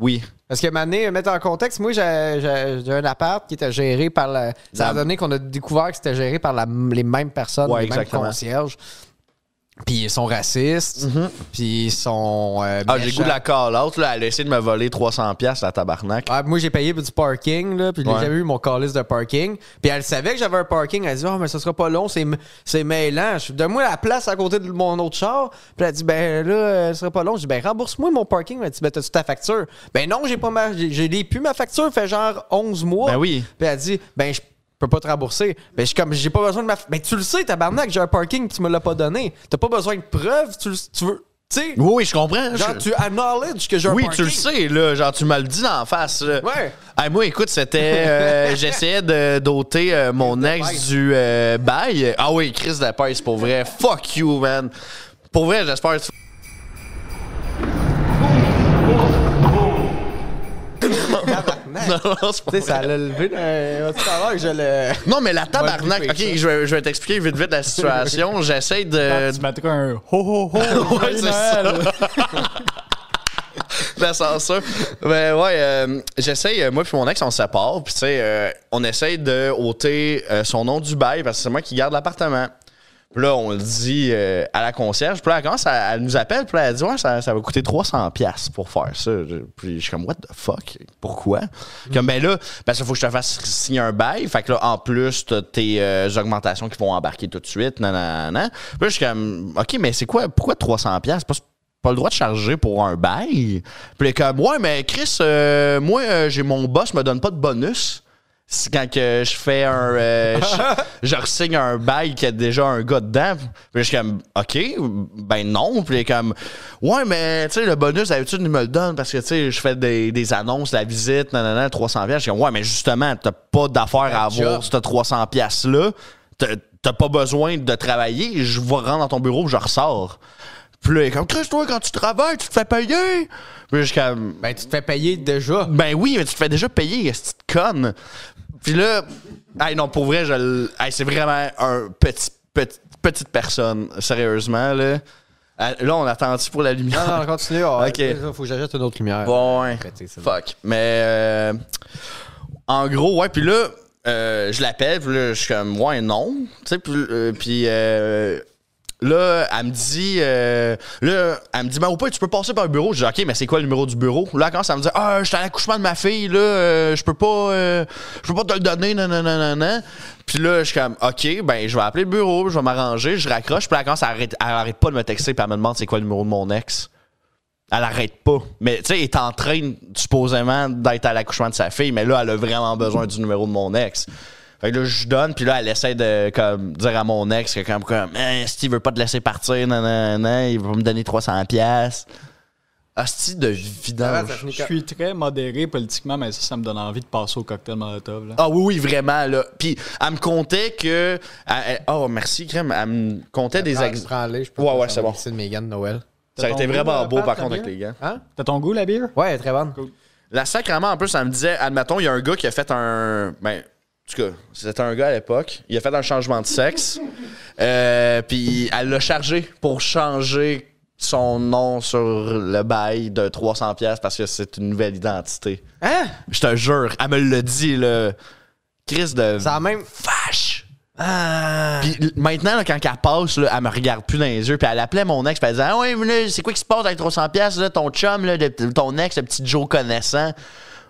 Oui. Parce que Mané, mettre en contexte, moi j'ai j'ai- j'ai un appart qui était géré par la. Ça a La- donné qu'on a découvert que c'était géré par la- les mêmes personnes, Ouais, les mêmes exactement. concierges. Puis ils sont racistes, puis ils sont. euh, Mhm. Ah, j'ai le méchants. goût de la call-out, là. Elle a essayé de me voler 300$, la tabarnak. Ah, moi, j'ai payé pour du parking, là, puis j'ai Ouais. jamais eu mon calice de parking. Puis elle savait que j'avais un parking. Elle dit, oh, mais ce sera pas long, c'est m- c'est mêlant. Je donne-moi la place à côté de mon autre char. Puis elle dit, ben là, euh, ce sera pas long. Je dis, ben rembourse-moi mon parking. Elle dit, ben t'as-tu ta facture? Ben non, j'ai pas ma. J'ai j'ai les- plus ma facture, fait genre 11 mois. Ben oui. Puis elle dit, ben je peux pas te rembourser. Ben je suis comme, j'ai pas besoin de ma. Ben tu le sais, tabarnak, j'ai un parking, tu me l'as pas donné. T'as pas besoin de preuves, tu, le- tu veux. Tu sais, Oui, oui, je comprends. genre, Je- tu acknowledge que j'ai un Oui, tu parking. le sais, là. Genre, tu me le dis d'en face, là. Ouais. Ah, moi, écoute, c'était. euh, J'essayais de doter euh, mon ex du euh, bail. Ah oui, Chris Dapais, pour vrai. Fuck you, man. Pour vrai, j'espère que tu. Tabarnak. Non, non, c'est pas Tu sais, vrai. ça l'a levé d'un. Tout à l'heure que je le. Non, mais la tabarnak. Ouais, Ok, couper, je vais, je vais t'expliquer vite, vite la situation. J'essaie de. Tu mettrais un ho ho ho. Joyeux c'est Noël. la censure. Ben ouais, euh, j'essaye, euh, moi puis mon ex, on se sépare, puis tu sais, euh, on essaye de ôter euh, son nom du bail parce que c'est moi qui garde l'appartement. Puis là, on le dit euh, à la concierge. Puis là, elle commence à- elle nous appelle. Puis là, elle dit Ouais, ça, ça va coûter 300$ pour faire ça. Puis je suis comme What the fuck Pourquoi Comme, ben là, parce qu'il faut que je te fasse signer un bail. Fait que là, en plus, t'as tes euh, augmentations qui vont embarquer tout de suite. Nan, nan, nan. Puis là, je suis comme Ok, mais c'est quoi Pourquoi 300$ C'est pas pas le droit de charger pour un bail. Puis il est comme, ouais, mais Chris, euh, moi, euh, j'ai mon boss me donne pas de bonus. C'est quand que je fais un. euh, je, je resigne un bail qui a déjà un gars dedans. Puis je suis comme, OK, ben non. Puis il est comme, ouais, mais tu sais, le bonus, d'habitude, il me le donne parce que tu sais, je fais des, des annonces, la visite, nanana, 300$. Je suis comme, ouais, mais justement, t'as pas d'affaires à avoir cette 300$-là. T'as- T'as pas besoin de travailler. Je vais rentrer dans ton bureau, je ressors. Puis là, il est comme, Chris, toi, quand tu travailles, tu te fais payer. Puis je suis comme, Ben, tu te fais payer déjà. ben oui, mais tu te fais déjà payer, cette conne. Puis là, hey, non, pour vrai, je l- hey, c'est vraiment un petit, petit- petite personne, sérieusement. Là, Ah, là on attend pour la lumière? Non, non, continue. Ah, Ok. là, Faut que j'achète une autre lumière. Bon, ouais. t'sais, c'est Fuck. Mais euh, en gros, ouais, puis là, euh, je l'appelle, puis là, je suis comme, ouais, non. Tu sais, puis euh, puis, euh, là, elle me dit, euh, là, elle me dit, ben, ou pas, tu peux passer par le bureau. Je dis, ok, mais c'est quoi le numéro du bureau? Là, elle commence à me dire, ah, j'étais à l'accouchement de ma fille, là, euh, je peux pas, euh, je peux pas te le donner, non, non, non, non, non. Puis là, je suis comme, ok, ben, je vais appeler le bureau, je vais m'arranger, je raccroche, puis là, elle commence à arrêter, elle arrête pas de me texter, puis elle me demande c'est quoi le numéro de mon ex. Elle arrête pas. Mais tu sais, elle est en train, supposément, d'être à l'accouchement de sa fille, mais là, elle a vraiment besoin du numéro de mon ex. Fait que là, je donne, puis là, elle essaie de comme, dire à mon ex que comme, comme Eh, Hey, Steve veut pas te laisser partir, non, non, non, il va me donner 300$. piastres. Asti de Arrête, vidange. ça finit Je quand- suis très modéré politiquement, mais ça, ça me donne envie de passer au cocktail Molotov. Là. Ah oui, oui, vraiment, là. Puis elle me comptait que. elle- elle- oh, merci, Crème. Elle me comptait des Prends- exemples. prends-les, je peux Ouais, pas ouais, c'est savoir bon. si C'est de Mégane de Noël. Ça a été Ton vraiment goût, beau, euh, par Pat, contre, la avec les gars. Hein? T'as ton goût, la bière? Ouais, elle est très bonne. La sacrement, en plus, elle me disait, admettons, il y a un gars qui a fait un. Ben, en tout cas, c'était un gars à l'époque. Il a fait un changement de sexe. Euh, puis elle l'a chargé pour changer son nom sur le bail de 300$ piastres parce que c'est une nouvelle identité. Hein? Je te jure, elle me l'a dit, le Chris de Ça a même. vache. Ah! Puis l- maintenant, là, quand elle passe, là, elle me regarde plus dans les yeux. Puis elle appelait mon ex, puis elle disait Ah ouais, mais là, c'est quoi qui se passe avec 300$, piastres, là, ton chum, là, de- ton ex, le petit Joe connaissant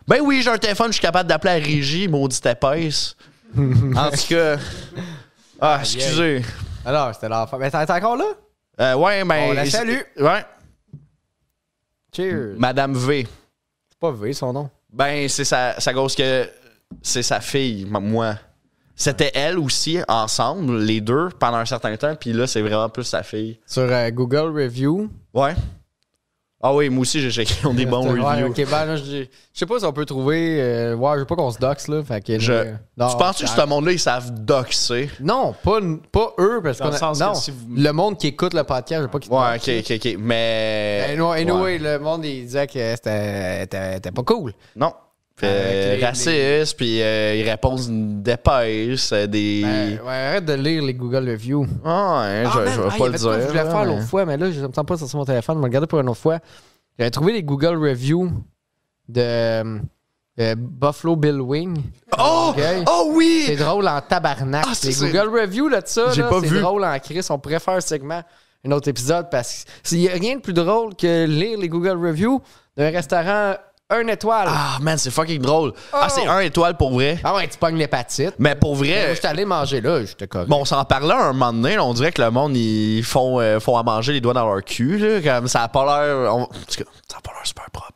Ben oui, j'ai un téléphone, je suis capable d'appeler la régie, maudite épaisse. en tout cas. Ah, excusez. Alors, c'était l'enfant. Mais t'es t'es encore là? Euh, ouais, mais. On la salue. Ouais. Cheers. Madame V. C'est pas V son nom. Ben, c'est sa, sa gosse que. C'est sa fille, m- moi. C'était elle aussi, ensemble, les deux, pendant un certain temps. Puis là, c'est vraiment plus sa fille. Sur euh, Google Review. Ouais. Ah oui, moi aussi, j'ai checké. On est bons Ouais, reviews. ok, ben là, je dis- je sais pas si on peut trouver. euh, ouais, je veux pas qu'on se doxe, là. Fait que, Je- euh, non, tu penses que ça- ce monde-là, ils savent doxer? Non, pas, pas eux, parce Dans qu'on le a- sens que Non, si vous- le monde qui écoute le podcast, je veux pas qu'ils te Ouais, doxent. ok, ok, ok. Mais. Eh, no- Anyway, Ouais. le monde, il disait que c'était c'était- c'était pas cool. Non. Fait, euh, Avec les- raciste, puis euh, ils répondent une dépêche, euh, des. Ben, ouais, arrête de lire les Google Reviews. Ah, ouais, je, Ah, je man, vais ah, il y pas le avait de quoi dire. que Je voulais là, faire mais- l'autre fois, mais là, je me sens pas sur mon téléphone. Je vais regarder pour une autre fois. J'avais trouvé les Google Reviews de euh, euh, Buffalo Bill Wing. Oh! Ok. Oh C'est oui! drôle en tabarnak. Ah, ça, les c'est- Google Reviews là, de ça, J'ai là, pas c'est vu. drôle en crise. On pourrait faire un segment, un autre épisode, parce qu'il n'y a rien de plus drôle que lire les Google Reviews d'un restaurant 1 étoile. Ah, Ah, man, c'est fucking drôle. Oh. Ah, c'est un étoile pour vrai. ouais, tu pognes l'hépatite. Mais pour Ah. Ben, Moi, vrai. je suis allé manger là, je te corrige. Bon, on s'en parlait un moment donné, là, on dirait que le monde, ils font, euh, font à manger les doigts dans leur cul, là, comme ça a pas l'air... on- en tout cas, ça a pas l'air super propre.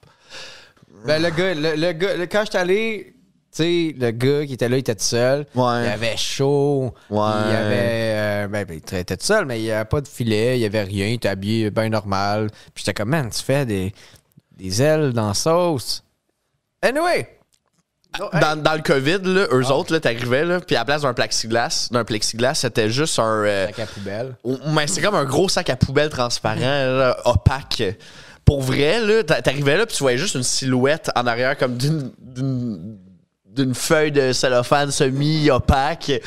Ben, le gars, le, le gars, le- quand je suis allé, tu sais, le gars qui était là, il était tout seul. Ouais. Il avait chaud. Ouais. Il avait. euh, ben, ben, il était tout seul, mais il n'y avait pas de filet, il n'y avait rien, il était habillé bien normal. Puis j'étais comme, man, tu fais des, des ailes dans la sauce. Anyway! Dans, dans le COVID, là, eux Ah. autres, là, t'arrivais, là, puis à la place d'un plexiglas, d'un plexiglas, c'était juste un... euh, Avec la poubelle. ou- mais c'est comme un gros sac à poubelle transparent, Mhm. là, opaque. Pour vrai, là, t'a- t'arrivais là, puis tu voyais juste une silhouette en arrière comme d'une- d'une d'une feuille de cellophane semi-opaque,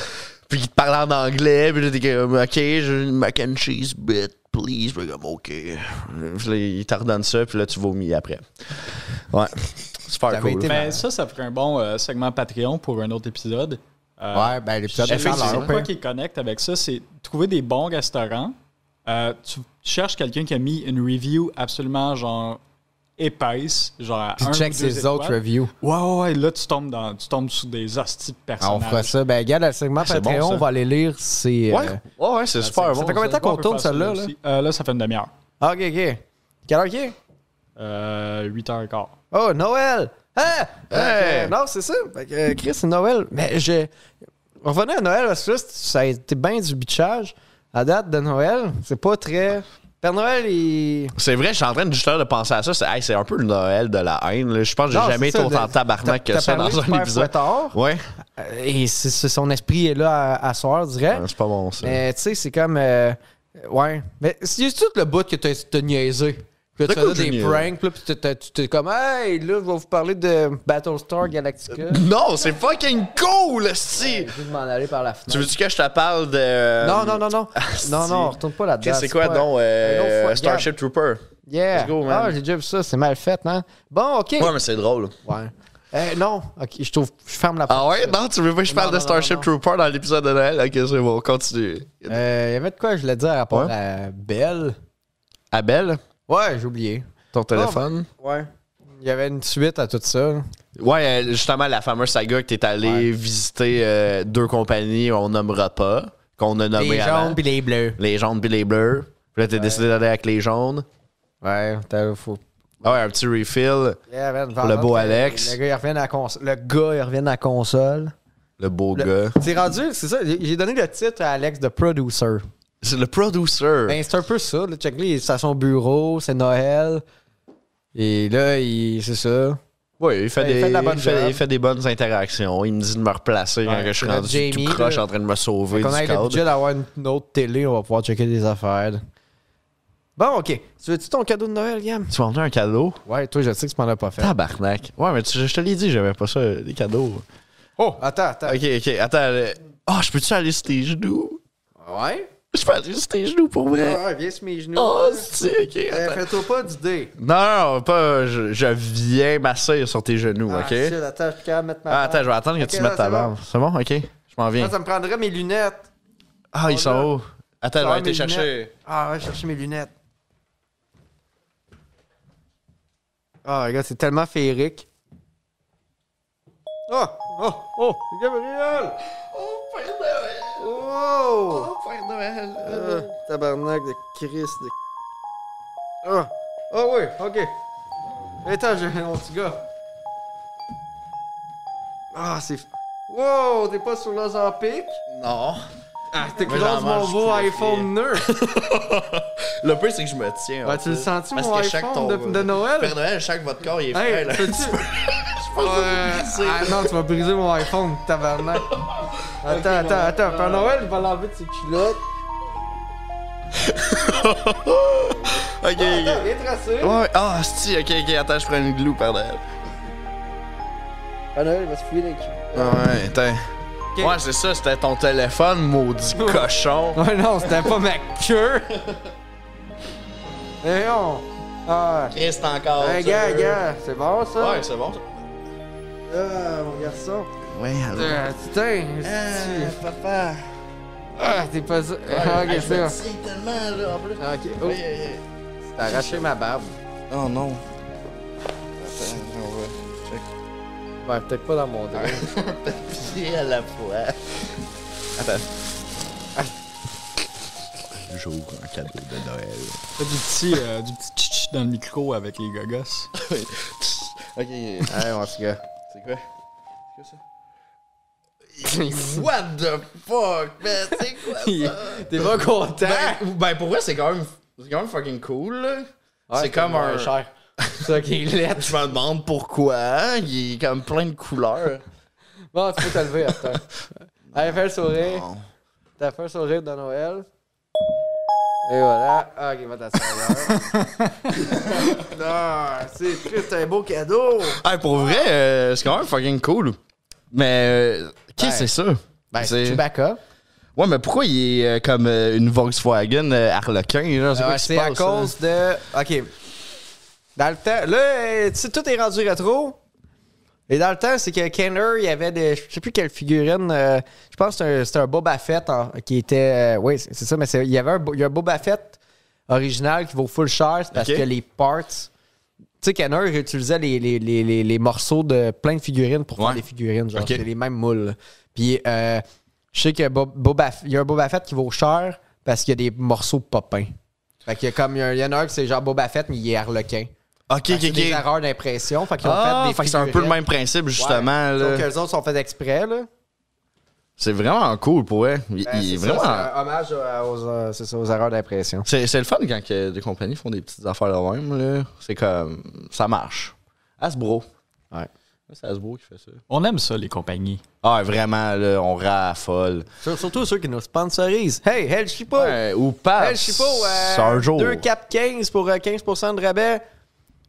puis qui te parlait en anglais, puis là, t'es comme, OK, j'ai une mac and cheese bit, please. Puis comme, OK. Puis là, ils t'ordonnent ça, puis là, tu vomis après. Ouais. Super T'avais cool. été Mais Ben, ça, ça ferait un bon euh, segment Patreon pour un autre épisode. Euh, ouais, ben, l'épisode de Effectivement, l'heure, quoi hein. qui connecte avec ça, c'est trouver des bons restaurants. Euh, tu cherches quelqu'un qui a mis une review absolument genre épaisse, genre à Puis un check ou deux ses autres étoiles. reviews. Ouais, ouais, ouais, là tu tombes dans, tu tombes sous des hosties de Ah, personnages. on fera ça. Ben, regarde, le segment c'est bon, Patreon, ça. on va aller lire. euh, C'est. Ouais, ouais, ouais, c'est super ça bon. fait combien de temps Ouais, on qu'on peut tourne faire ça, celle-là? là? aussi. Euh, là, ça fait une demi-heure. Ah, Ok, ok. Quelle heure qu'il est? Euh, 8h15. Oh, Noël! Hein? Hey! Fait que, non, c'est ça. Fait que, euh, Chris, c'est Noël. Mais je. Revenez à Noël, parce que là, c'est- ça a été bien du bitchage. À date de Noël, c'est pas très. Père Noël, il. C'est vrai, je suis en train de juste de penser à ça. C'est hey, c'est un peu le Noël de la haine. là. Je pense que Non, j'ai jamais c'est été ça, autant de- tabarnak t'as- que t'as ça parlé dans du un père épisode. Fouettard. Ouais. Euh, Et c'est- c'est- son esprit est là à, à soir, je dirais. Ah, C'est pas bon, ça. Mais tu sais, c'est comme. euh, ouais. Mais c'est juste tout le bout que t'as t'as niaisé. Puis là, De tu quoi as des j'ai niaisé? pranks, puis là, puis t'es- t'es- tu t'es comme, hey, là, je vais vous parler de Battlestar Galactica. Non, c'est fucking cool, si. Je vais m'en aller par la fenêtre. Tu veux-tu que je te parle de. Non, non, non, non. Euh, Ah, si. non, non, retourne pas là-dedans. Qu'est-ce que c'est quoi, pas- non? euh, Une autre fois, Starship Trooper. Yeah. Let's go, man. Ah, j'ai déjà vu ça, c'est mal fait, non? Bon, ok. Ouais, mais c'est drôle. Ouais. Euh, non, ok, je trouve, je ferme la Ah ouais? Non, tu veux pas que je parle non, de non, Starship non, Trooper dans l'épisode de Noël? Ok, c'est bon, continue. Euh, il y avait de quoi, je l'ai dit à rapport Ouais. à Belle. Abel, Ouais, j'ai oublié. ton téléphone? Ouais. Il y avait une suite à tout ça. Ouais, euh, justement, la fameuse saga que t'es allé visiter euh, deux compagnies, on nommera pas, qu'on a nommées les avant. jaunes puis les bleus. les jaunes puis les bleus. Puis là, t'es décidé d'aller avec les jaunes. Ouais, t'as- faut. Ah ouais, un petit refill. Yeah, man, le beau le- Alex. Le gars, il revient à la console. Le gars, il revient à la console. Le beau Le- gars. C'est rendu, c'est ça. J'ai j'ai donné le titre à Alex de producer. C'est le producer. Ben, c'est un peu ça. Là. Check, là, il est à son bureau, c'est Noël. Et là, il, c'est ça. oui, il fait, ben, des, il fait de la bonne il fait- job. il fait des bonnes interactions. Il me dit de me replacer quand Ouais, je suis notre rendu Jamie, tout croche là. en train de me sauver Quand on du a le cadre. budget d'avoir une, une autre télé, on va pouvoir checker des affaires. Bon, OK. Tu veux-tu ton cadeau de Noël, Gam? Tu m'as emmené un cadeau? Ouais, toi, je sais que tu m'en as pas fait. Tabarnak. Ouais, mais tu- je te l'ai dit, j'aimais pas ça, les cadeaux. Oh, attends, attends. Ok, ok, attends. euh, Ah, je peux-tu aller sur tes genoux? Ah Ouais? Je peux aller sur tes genoux pour vrai. Ah, viens sur mes genoux. Euh, Oh, c'est ok. Eh, attends. Fais-toi pas d'idée. Non, non, non, pas. Je, je viens m'asseoir sur tes genoux, Ah, ok? shit, attends, je suis capable de mettre ma Ah, attends, je vais attendre que Ok, tu là, mettes ta c'est bon. barbe. C'est bon? Ok, je m'en viens. Ah, Ça me prendrait mes lunettes. Ah, ils va sont là. hauts. Attends, Ça je va, vais aller mes chercher. lunettes. Ah, ouais, chercher mes lunettes. Ah, regarde, c'est tellement féerique. Oh, oh, oh, Gabriel! Oh, Père Noël! Oh! Père Noël! Ah, tabarnak de Christ de... Ah! Ah oui, ok. Attends, j'ai un petit gars. Ah, c'est... Wow, t'es pas sur l'Ozampic? Non. Ah, t'es Moi, j'en croisé mon mange beau du poulet iPhone 9. Le peu, c'est que je me tiens. Ouais, en tu le fait. sens-tu, Parce mon que chaque iPhone ton- de, de Noël? Père Noël, chaque votre corps, il est frais, Hey, là. peux-tu... Je pense que Euh, c'est ah non, tu vas briser mon iPhone, tabarnak. Attends, attends, attends. Père Noël, il va l'enlever de ses culottes. Ok, Viens tracer. ok. Ouais, ah, si, ok, ok, attends, je prends une glue, Père Noël. Père Noël, il va se fouiller les culottes. Ouais, attends. Ok. Ouais, c'est ça, c'était ton téléphone, maudit cochon. Ouais, non, c'était pas ma queue. Eh non. Ah. Reste encore. Hey, gars, gars, c'est bon ça? Ouais, c'est bon. Ah, mon garçon. Ouais, Ah, putain, c'est- papa. ah, t'es pas ça. Ah, ok, c'est bon. tellement, là, en plus. Ah, Ok, oh, t'as arraché ma barbe. Oh non. Ouais, peut-être pas dans mon dos. Pied à la fois. Attends. Ah. J'ouvre un cadeau de Noël. Fais du petit, euh, du petit tch dans le micro avec les gogos. ok. Ouais, mon petit gars. C'est quoi? C'est quoi ça? What the fuck, man? C'est quoi ça? T'es pas content? ben, ben, pour vrai, c'est quand même, c'est quand même fucking cool, là. Ouais, c'est comme moins un. cher. C'est ça qui est laid. Je me demande pourquoi. Il est comme plein de couleurs. Bon, tu peux te lever après. Allez, fais le sourire. Non. T'as fait un sourire de Noël. Et voilà. Ah, ok, va ta soeur. non, c'est triste, c'est un beau cadeau. Hey, pour vrai, euh, c'est quand même fucking cool. Mais. euh, Qu'est-ce que Ben, c'est ça? Ben, C'est- c'est Chewbacca. Ouais, mais pourquoi il est euh, comme euh, une Volkswagen euh, Harlequin, là? C'est quoi Ouais, qui se Ah, c'est à passe, hein? cause de. Ok. Dans le temps. Là, euh, tu sais, tout est rendu rétro. Et dans le temps, c'est que Kenner, il y avait des. Je sais plus quelle figurine. euh, je pense que c'est un- c'était un, Boba Fett en- qui était. euh, oui, c'est c'est ça, mais c'est- il y avait un, bo- il y a un Boba Fett original qui vaut full cher c'est parce Ok. que les parts. Tu sais, Kenner il réutilisait les, les, les, les, les morceaux de plein de figurines pour Ouais. faire des figurines. Genre, Ok. c'est les mêmes moules. là. Puis, euh, je sais qu'il y a Boba Fett- il y a un Boba Fett qui vaut cher parce qu'il y a des morceaux de popins. Fait qu'il y a comme, il y, a- il y en a un qui c'est genre Boba Fett, mais il est hein? harlequin. Ok, Fait que ok, c'est des ok. erreurs d'impression. Fait qu'ils ont Ah, fait des fait que c'est un peu le figurettes. même principe, justement. Ouais. là. Sauf que les autres sont faits exprès, là. C'est vraiment cool pour elle. Il, Ben, il est c'est ça, vraiment. c'est un hommage à- aux, euh, c'est ça, aux erreurs d'impression. C'est c'est le fun quand que des compagnies font des petites affaires de même. là. C'est comme. Ça marche. Hasbro. Ouais. C'est Hasbro qui fait ça. On aime ça, les compagnies. Ah, vraiment, là, on raffole. Sur- Surtout ceux qui nous sponsorisent. Hey, Hell Chipo! Ouais, ou pas. Hell Chipo, euh, Ah, c'est un jour. deux cap 15 pour euh, 15% de rabais.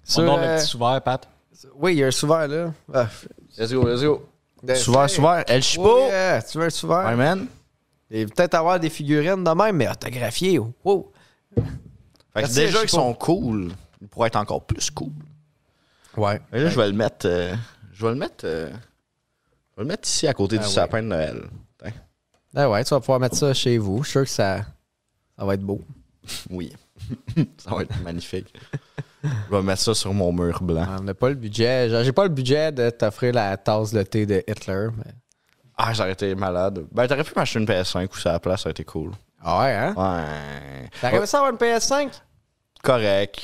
Sur, On donne euh, le petit souverain, Pat. Oui, il y a un souverain, là. Ah, Let's go, let's go. de- Souvent, Hey, souvent. El oui, Chipo. euh, tu veux un souverain? Ouais, man. Et peut-être avoir des figurines de même, mais autographiées. oh, Wow! Fait que Merci, déjà, El ils Chipo. sont cool. Ils pourraient être encore plus cool. Ouais. Et là, je vais le mettre. euh, je vais le mettre. euh, je vais le mettre ici à côté du ouais. sapin de Noël. Tiens. Ah ouais, tu vas pouvoir mettre ça chez vous. Je suis sûr que ça, ça va être beau. Oui. ça va être magnifique. je vais mettre ça sur mon mur blanc. Ah, On n'a pas le budget. J'ai- J'ai pas le budget de t'offrir la tasse de thé de Hitler. mais- Ah, j'aurais été malade. Ben, t'aurais pu m'acheter une PS5 ou ça à la place, ça aurait été cool. Ah ouais, hein? Ouais. T'aurais aimé ça avoir une PS5? Correct.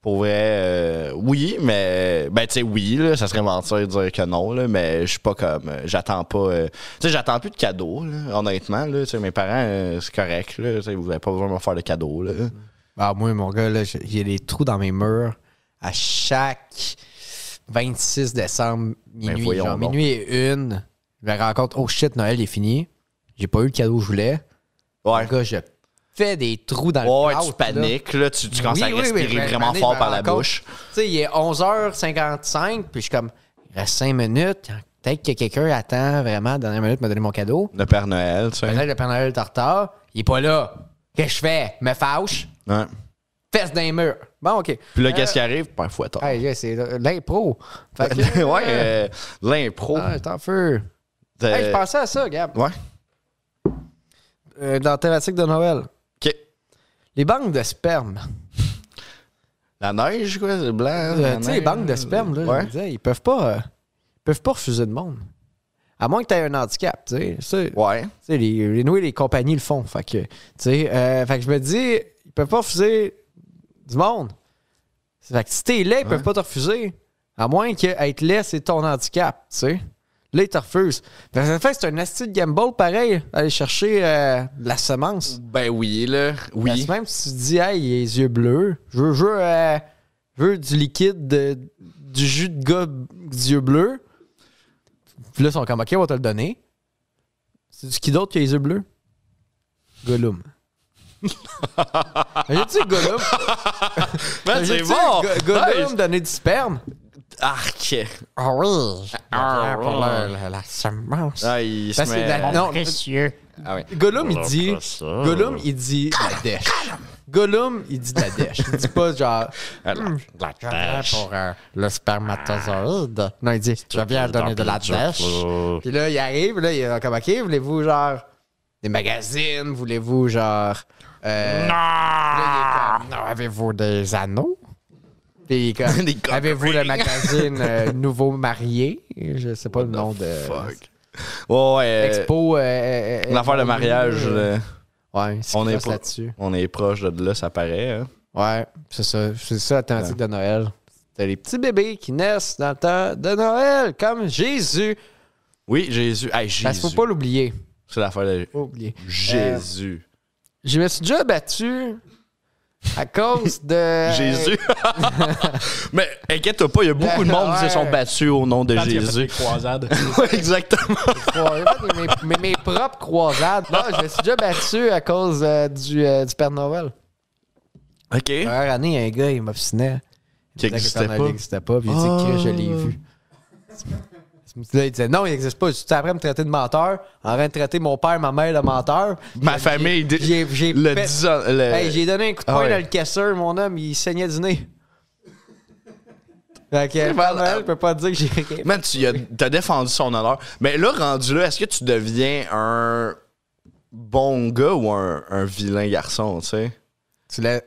Pour vrai, euh, oui, mais. Ben, tu sais, oui, là, ça serait mentir de dire que non, là, mais je suis pas comme. euh, J'attends pas. euh, tu sais, j'attends plus de cadeaux, là, honnêtement. Là, tu sais, mes parents, euh, c'est correct, là. tu sais, Vous avez pas besoin de me faire de cadeaux, là. Ah, moi, mon gars, là, j'ai j'ai des trous dans mes murs à chaque 26 décembre, minuit. Ben, voyons genre, donc. minuit et une, je me rends compte, oh shit, Noël est fini. J'ai pas eu le cadeau que je voulais. Ouais. Mon gars, je fais des trous dans Ouais, le tu plâtre, là. paniques, là, tu, tu commences Oui, à oui, oui, respirer ben, vraiment panique, fort ben, par la encore. bouche. Tu sais, il est 11h55, puis je suis comme, il reste 5 minutes. Peut-être que quelqu'un attend vraiment, la dernière minute, de me donner mon cadeau. Le Père Noël, tu sais. Peut-être que le Père Noël est en retard. Il est pas là. Qu'est-ce que je fais? Me fâche? Ouais. Fesse d'un mur. Bon, OK. Puis là, qu'est-ce qui arrive? Ben, fouettard. euh, Hey, yeah, c'est euh, l'impro. Fait que- ouais, euh, l'impro. Ah, c'est en feu. de- Hey, je pensais à ça, Gab. Ouais. Euh, dans la thématique de Noël. OK. Les banques de sperme. La neige, quoi, c'est blanc. Euh, la tu sais, les neige. banques de sperme, là, je Ah, Ouais. me disais, ils peuvent pas, euh, ils peuvent pas refuser de monde. À moins que tu aies un handicap, tu sais. Ça, Ouais. Tu sais, les, les nous et les compagnies le font. Fait que, tu sais, euh, fait que je me dis, ils peuvent pas refuser du monde. Fait que si t'es laid, ils peuvent pas te refuser. À moins que être laid, c'est ton handicap, tu sais. Là, ils te refusent. Fait que ça fait que c'est un asti de gamble pareil, aller chercher euh, de la semence. Ben oui, là. Parce Oui. que même si tu dis, hey, il a les yeux bleus, je veux, je veux, euh, je veux du liquide, de- du jus de gars des yeux bleus. Puis là, ils sont comme, ok, on va te le donner. C'est du qui d'autre qui a les yeux bleus? Gollum. J'ai dit Gollum. Ben, J'ai c'est dit bon! Go- Gollum Nice. donner du sperme. Arc! Ah oui. Ah oui. Pour la, la- la semence. Ah, il se Parce que met... la- non, Ah ouais. Gollum, il dit. Gollum, il dit de la dèche. Gollum, il dit de la dèche. Il dit pas genre. Ah, la- la dèche. pour euh, le spermatozoïde. Non, il dit Je viens donner de la dèche. Puis là, il arrive, là, il est comme OK, voulez-vous genre des magazines Voulez-vous genre. euh, là, il est comme, Non Avez-vous des anneaux Puis il est comme, Des cock Avez-vous le rings. magazine euh, Nouveau Marié Je sais pas le nom de. Fuck. Ouais, ouais. euh, Euh, Expo. euh, euh, euh, L'affaire de euh, mariage, euh, là, Ouais, c'est on, est classe pro- là-dessus. on est proche de là, ça paraît. Hein. Ouais, c'est ça. C'est ça la thématique de Noël. T'as les petits bébés qui naissent dans le temps de Noël, comme Jésus. Oui, Jésus. Hey, Parce Jésus. qu'il faut pas Euh. l'oublier. C'est l'affaire de Faut pas oublier. Jésus. Je me suis déjà battu à cause de. euh, Jésus. Mais inquiète-toi pas, il y a beaucoup de monde qui se sont Ouais. battus au nom de Pat, il a fait Jésus. des croisades. Ouais, Exactement. Ouais, mes, mes- mes propres croisades. Non, je me suis déjà battu à cause euh, du, euh, du Père Noël. OK. La première année, un gars, il m'obstinait. Qui Il disait que le existait Père Noël pas. n'existait pas. Puis il dit que je l'ai vu. Là, il disait non, il n'existe pas. Tu t'es après à me traiter de menteur, en train de traiter mon père, ma mère de menteur. Ma famille. de- J'ai, j'ai Le pet- 10 ans. le- Hey, j'ai donné un coup de Ah poing ouais. dans le caisseur, mon homme, il saignait du nez. Fait que, euh, pas mal, je peux pas te dire que j'ai. Man, tu y as, t'as défendu son honneur. Mais là, rendu là, est-ce que tu deviens un bon gars ou un, un vilain garçon, tu sais? Tu l'as.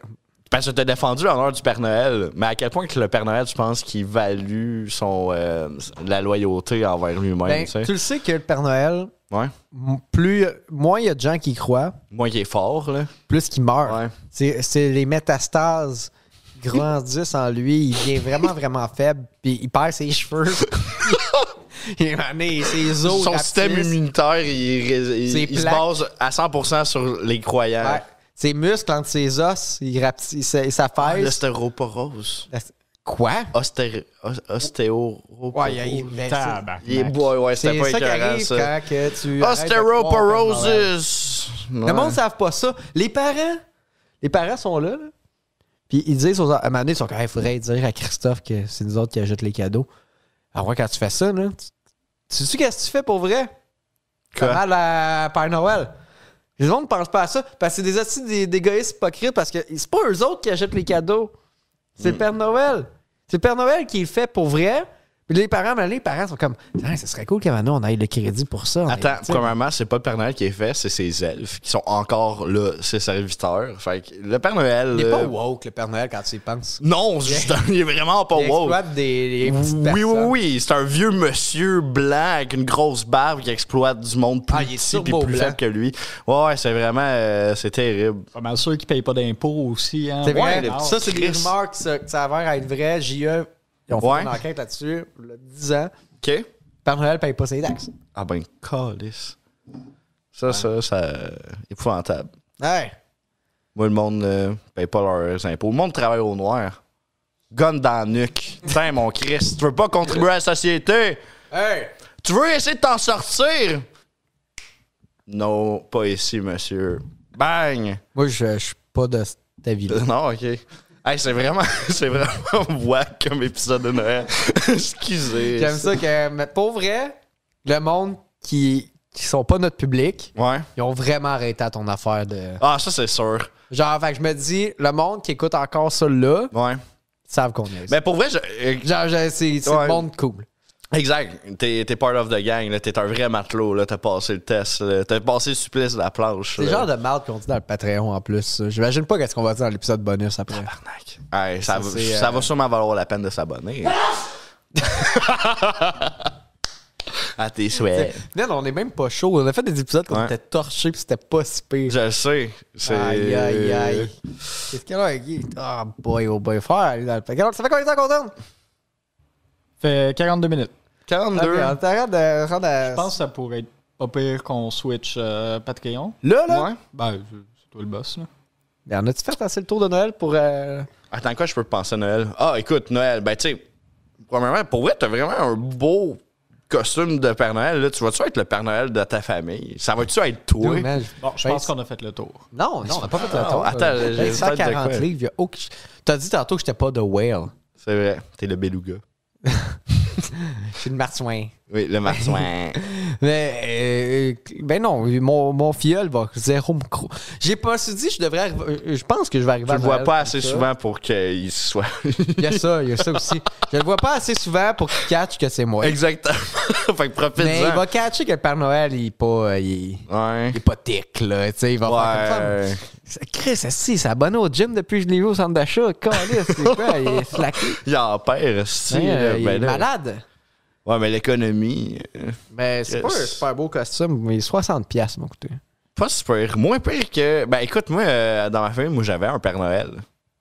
Parce que t'as défendu l'honneur du Père Noël, mais à quel point que le Père Noël, tu penses qu'il value son, euh, la loyauté envers lui-même, Ben, tu sais? tu le sais que le Père Noël, Ouais. m- plus, moins il y a de gens qui y croient, Moi, il est fort, là. plus qu'il meurt. Ouais. C'est, c'est les métastases grandissent en lui. Il devient vraiment, vraiment faible. Puis il perd ses cheveux. il est mané, ses os. Son rapetissent. système immunitaire, il, ré- il- Ses il se plaques. base à 100% sur les croyants. Ouais. Ses muscles entre ses os, il rapetit sa, sa Ah, fesse. L'ostéoporose. Quoi? Oh, Osté- os- Ostéoporose. Ouais, il, il- mais Ben, c'est- Tabarnak. Il est boy, ouais, c'est c'était pas ça Ah, qui écœurant, arrive ça. quand que tu. arrêtes de croire au Père Noël. Osteoporosis. Le monde ne savent pas ça. Les parents, les parents sont là, là. Puis ils disent aux à un moment donné, ils sont quand même, faudrait dire à Christophe que c'est nous autres qui achètent les cadeaux. Alors, ouais, quand tu fais ça, là, tu tu sais qu'est-ce que tu fais pour vrai? Quoi? Comment la Père Noël? Les gens ne pensent pas à ça parce que c'est des assis des, des égoïstes hypocrites parce que c'est pas eux autres qui achètent les cadeaux. C'est Hmm. le Père Noël. C'est le Père Noël qui le fait pour vrai. Puis les parents, à un moment donné, les parents sont comme, Tiens, ce serait cool qu'à un moment donné, on ait le crédit pour ça. On ait- Attends, tu sais, premièrement, c'est pas le Père Noël qui est fait, c'est ses elfes qui sont encore là, ses serviteurs. Fait que le Père Noël. Il est euh, pas woke, le Père Noël, quand tu y penses. Non, justement, il est vraiment pas Il woke. exploite des, des petites Oui, oui, personnes. oui, c'est un vieux monsieur blanc avec une grosse barbe qui exploite du monde plus Ah, il est petit puis turbo plus blanc. faible que lui. Ouais, ouais, c'est vraiment, euh, c'est terrible. Pas mal sûr qu'il paye pas d'impôts aussi. Hein? C'est Ouais, vrai. non. ça, c'est des Chris. rumeurs qui se- que ça avère à être vrai. JE, ils ont fait Ouais. une enquête là-dessus, il y a 10 ans. Ok. Père Noël paye pas ses taxes. Ah ben, calice. Ça, ça, ça, euh, épouvantable. Ouais. Moi, le monde euh, paye pas leurs impôts. Le monde travaille au noir. Gun dans la nuque. Putain, mon Christ, tu veux pas contribuer à la société? Hey! Tu veux essayer de t'en sortir? Non, pas ici, monsieur. Bang! Moi, je, je suis pas de cet avis-là. Non, ok. Hey, c'est vraiment, c'est vraiment wack comme épisode de Noël. Excusez. J'aime ça que, mais pour vrai, le monde qui, qui sont pas notre public, Ouais. ils ont vraiment arrêté à ton affaire de. Ah, ça, c'est sûr. Genre, fait que je me dis, le monde qui écoute encore ça là, Ouais. ils savent qu'on est. Mais pour vrai, je- euh, Genre, je- c'est c'est Ouais. le monde cool. exact. T'es, t'es part of the gang. Là. T'es un vrai matelot. Là. T'as passé le test. là. T'as passé le supplice de la planche. C'est le là. genre de mal qu'on dit dans le Patreon en plus. ça. J'imagine pas qu'est-ce qu'on va dire dans l'épisode bonus après. Tabarnak. Hey, ça, Ça, va- c'est, ça euh, va sûrement valoir la peine de s'abonner. à tes souhaits. Non, non, on est même pas chaud. On a fait des épisodes qu'on Ouais. était torchés puis c'était pas si pire. Je le sais. C'est... Aïe, aïe, aïe. Qu'est-ce qu'elle a, Guy? Ah, boy, oh boy, faire aller dans le Patreon. Ça fait combien de temps qu'on tourne? Fait 42 minutes. 42. Ah, mais on t'arrête de rendre euh, à- Je pense que ça pourrait être pas pire qu'on switch euh, Patreon. Là, là? Ouais. Ben, c'est toi le boss, là. Mais on a-tu fait assez le tour de Noël pour. euh, Attends, quoi je peux penser à Noël? Ah, écoute, Noël, ben tu sais, premièrement, pour vrai, t'as vraiment un beau costume de Père Noël. Là. Tu vas-tu être le Père Noël de ta famille? Ça va-tu être toi? Dude, man, je- Bon, je Ben, pense qu'on a fait le tour. Non, non, on n'a pas fait le Non, tour. Ah, attends, Euh, j'ai- 140 j'ai- livres, il y a aucun- T'as dit tantôt que j'étais pas de whale. C'est vrai, t'es le beluga. Je suis le marsouin. Oui, le marsouin. Mais euh, ben non, mon, mon fiole va zéro me cro- J'ai pas su dit je devrais arriver- euh, je pense que je vais arriver tu à le vois Noël pas comme assez ça. souvent pour qu'il soit... Il y a ça, il y a ça aussi. Je le vois pas assez souvent pour qu'il catch que c'est moi. Exactement. fait que Mais il profite-en. va catcher que le Père Noël il est pas euh, il, Ouais. il est pas tic là, tu sais, il va faire comme Ouais. ça. Chris, si, c'est abonné au gym depuis que je l'ai vu au centre d'achat. Câlisse, c'est quoi, il est slacké. Il en perd, si. Hein, euh, là, il est ben là. malade. Ouais, mais l'économie, euh, Mais Ben, c'est Yes. pas un super beau costume, mais 60 pièces m'a coûté. pas super. Moins pire que... Ben écoute, moi, euh, dans ma famille, moi, j'avais un Père Noël.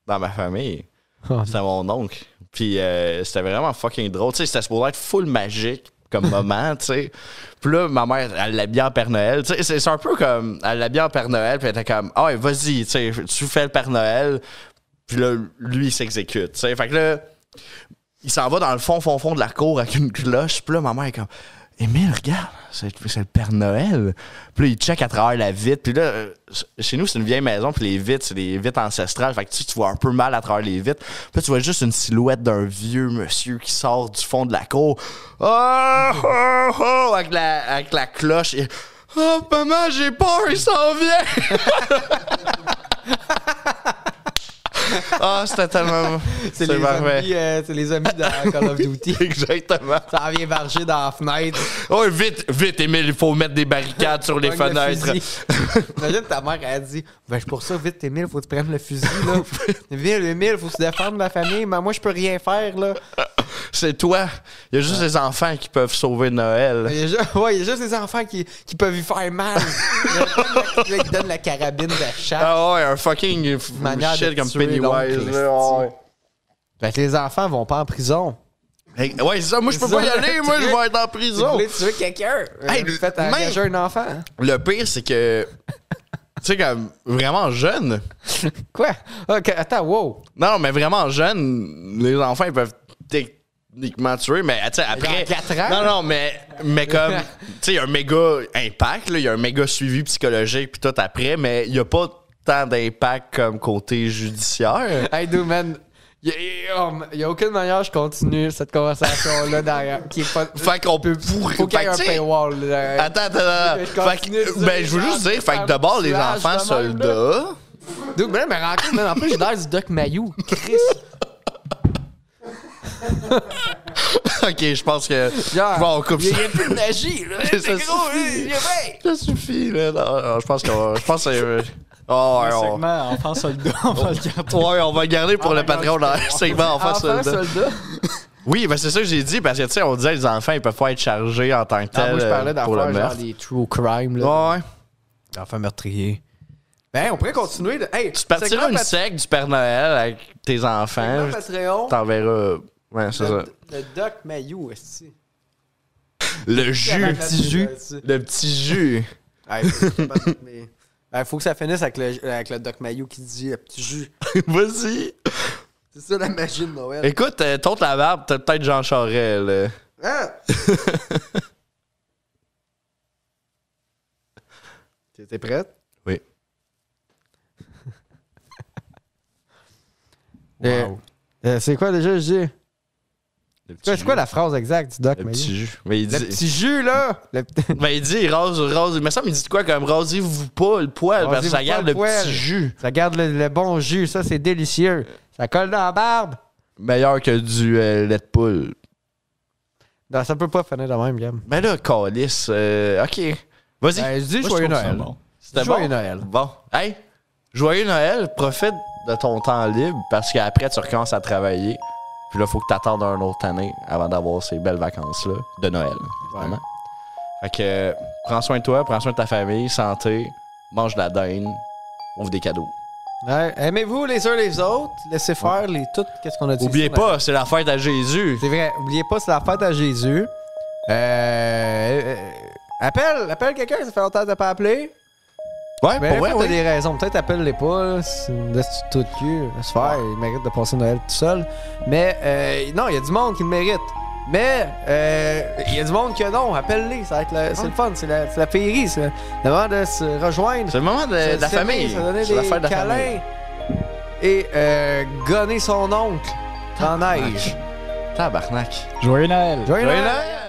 Dans ma famille. Oh, C'était mon oncle. Puis euh, c'était vraiment fucking drôle. Tu sais, c'était supposé être full magique comme moment, tu sais. Puis là, ma mère, elle l'habillait en Père Noël. Tu sais, c'est- c'est un peu comme, elle l'habillait en Père Noël, puis elle était comme, ah ouais, vas-y, tu sais, tu fais le Père Noël. Puis là, lui, il s'exécute, tu sais. Fait que là, il s'en va dans le fond, fond, fond de la cour avec une cloche. Puis là, ma mère est comme, Émile, regarde, c'est c'est le Père Noël. Puis là, il check à travers la vitre. Puis là, euh, chez nous, c'est une vieille maison. Puis les vitres, c'est des vitres ancestrales. Fait que tu, sais, tu vois un peu mal à travers les vitres. Puis là, tu vois juste une silhouette d'un vieux monsieur qui sort du fond de la cour. Oh, oh, oh, avec la, avec la cloche. Et, oh, maman, j'ai peur, il s'en vient. Ah, c'était tellement. C'est les, parfait. amis, euh, c'est les amis dans Call of Duty. Exactement. Ça en vient varger dans la fenêtre. Oh, vite, vite, Emile, il faut mettre des barricades sur les Pogne le fenêtres. fusil. Imagine ta mère, elle dit Ben, c'est pour ça, vite, Emile, faut que tu prennes le fusil, là. Emile, Emile, faut se défendre la famille, mais moi, je peux rien faire, là. C'est toi. Il y a juste les enfants qui peuvent sauver Noël. Il y a juste, ouais, il y a juste des enfants qui, qui peuvent y faire mal. Là, ils donnent la carabine de chat. Ah ouais, un fucking f- Manière de shit comme tuer Pennywise. l'oncle, là, ouais. Fait que les Ben, enfants vont pas en prison. Hey, ouais, c'est ça. Moi, je peux pas y Ça, aller. Moi, je tu vais être en Ils prison. voulaient tuer quelqu'un. Hey, Hey, vous faites même- engager un enfant. hein? Le pire, c'est que. Tu sais, comme vraiment jeune. Quoi? Ok, attends, wow. Non, mais vraiment jeune, les enfants, ils peuvent techniquement tuer, mais tu sais, après. Genre quatre ans? Non, non, mais, mais comme. tu sais, il y a un méga impact, là, il y a un méga suivi psychologique, puis tout après, mais il n'y a pas tant d'impact comme côté judiciaire. Hey, dude, man. Il n'y a, oh, y a aucune manière je continue cette conversation-là derrière. Qui est pas, Fait qu'on peut. faut qu'il y ait un paywall. là. Attends, attends, attends. Je Fait continue que, de ben, dire je veux juste dire, fait que d'abord, les Tuage de enfants même, soldats. Dude, mais là, mais rencontre, man, en plus, j'ai l'air du Doc Mayou. Chris. ok, je pense que. Genre, bon, on coupe il y a- ça. il y a plus de magie, là. Ça C'est gros, hein. suffit. là, il est Ça suffit, là. Non, non, je pense qu'on. Je pense que. c'est- Oh, ouais, Le on- segment enfant soldat, on va le Oh. garder. Ouais, on va le garder pour Ah, le regarde, Patreon dans c'est le segment bien. enfant Enfant, soldat. soldat. Oui, ben c'est ça que j'ai dit, parce que tu sais, on disait les enfants, ils peuvent pas être chargés en tant que Ah, tels moi, je parlais euh, pour le d'affaires genre meurtre. des true crime, là. Ouais, ouais. D'enfants meurtriers. Ben, on pourrait continuer. De... Hey, Tu partiras une segment secte du Père Noël avec tes enfants. Pat- segment Patreon. T'enverras. Ouais, c'est ça. Le, le Doc Mayou, est-ce Le jus. petit jus. Le petit jus. Hey, euh, c'est pas- mais- Ben, faut que ça finisse avec le, avec le Doc Mayou qui dit le petit jus. Vas-y. C'est ça la magie de Noël. Écoute, euh, tonte la barbe, t'as peut-être Jean Charest, là. Hein? T'es t'es prête? Oui. Euh, euh, c'est quoi déjà, je dis? Le petit C'est quoi jus. la phrase exacte du Doc Le Mayou? petit jus. Mais il Le dit. petit jus, là! Le petit- Ben, il dit, rase, rase. Mais ça, il dit de quoi comme rasez-vous pas le poil, parce que Rasez-vous ça pas garde le le poil. petit jus. Ça garde le, le bon jus, ça, c'est délicieux. Ça colle dans la barbe. Meilleur que du euh, lait de poule. Non, ça peut pas finir de même, Gab. Mais Ben là, Calis, euh, OK. Vas-y. Ben, je dis Moi, joyeux trouve ça Noël. bon. C'était Joyeux bon? Noël. Bon. Hey, joyeux Noël, profite de ton temps libre parce qu'après, tu recommences à travailler. Puis là, faut que tu attendes une autre année avant d'avoir ces belles vacances-là de Noël, évidemment. Fait que, euh, prends soin de toi, prends soin de ta famille, santé, mange de la dinde, ouvre des cadeaux. Ouais, Aimez-vous les uns les autres. Laissez faire les toutes. Qu'est-ce qu'on a dit? Oubliez sur la- pas, c'est la fête à Jésus. C'est vrai. Oubliez pas, c'est la fête à Jésus. Euh, euh, appelle, appelle quelqu'un. Ça fait longtemps que t'as pas appelé. Ouais, Mais pour des vrai, fois, ouais. t'as des raisons. Peut-être appelle-les pas. là. C'est- Laisse-tu tout de cul. Laisse faire. Il mérite de passer Noël tout seul. Mais euh, non, il y a du monde qui le mérite. Mais euh, il y a du monde que non. Appelle-les. Ça va être le- C'est le fun. C'est la, c'est la féerie. C'est le le moment de se rejoindre. C'est le moment de, de Euh, la s'aimer, famille. Se donner C'est la des fête de la famille. câlins. Et euh, gonner son oncle en neige. Tabarnak. Joyeux Noël! Ah, Joyeux Joyeux Noël! Noël!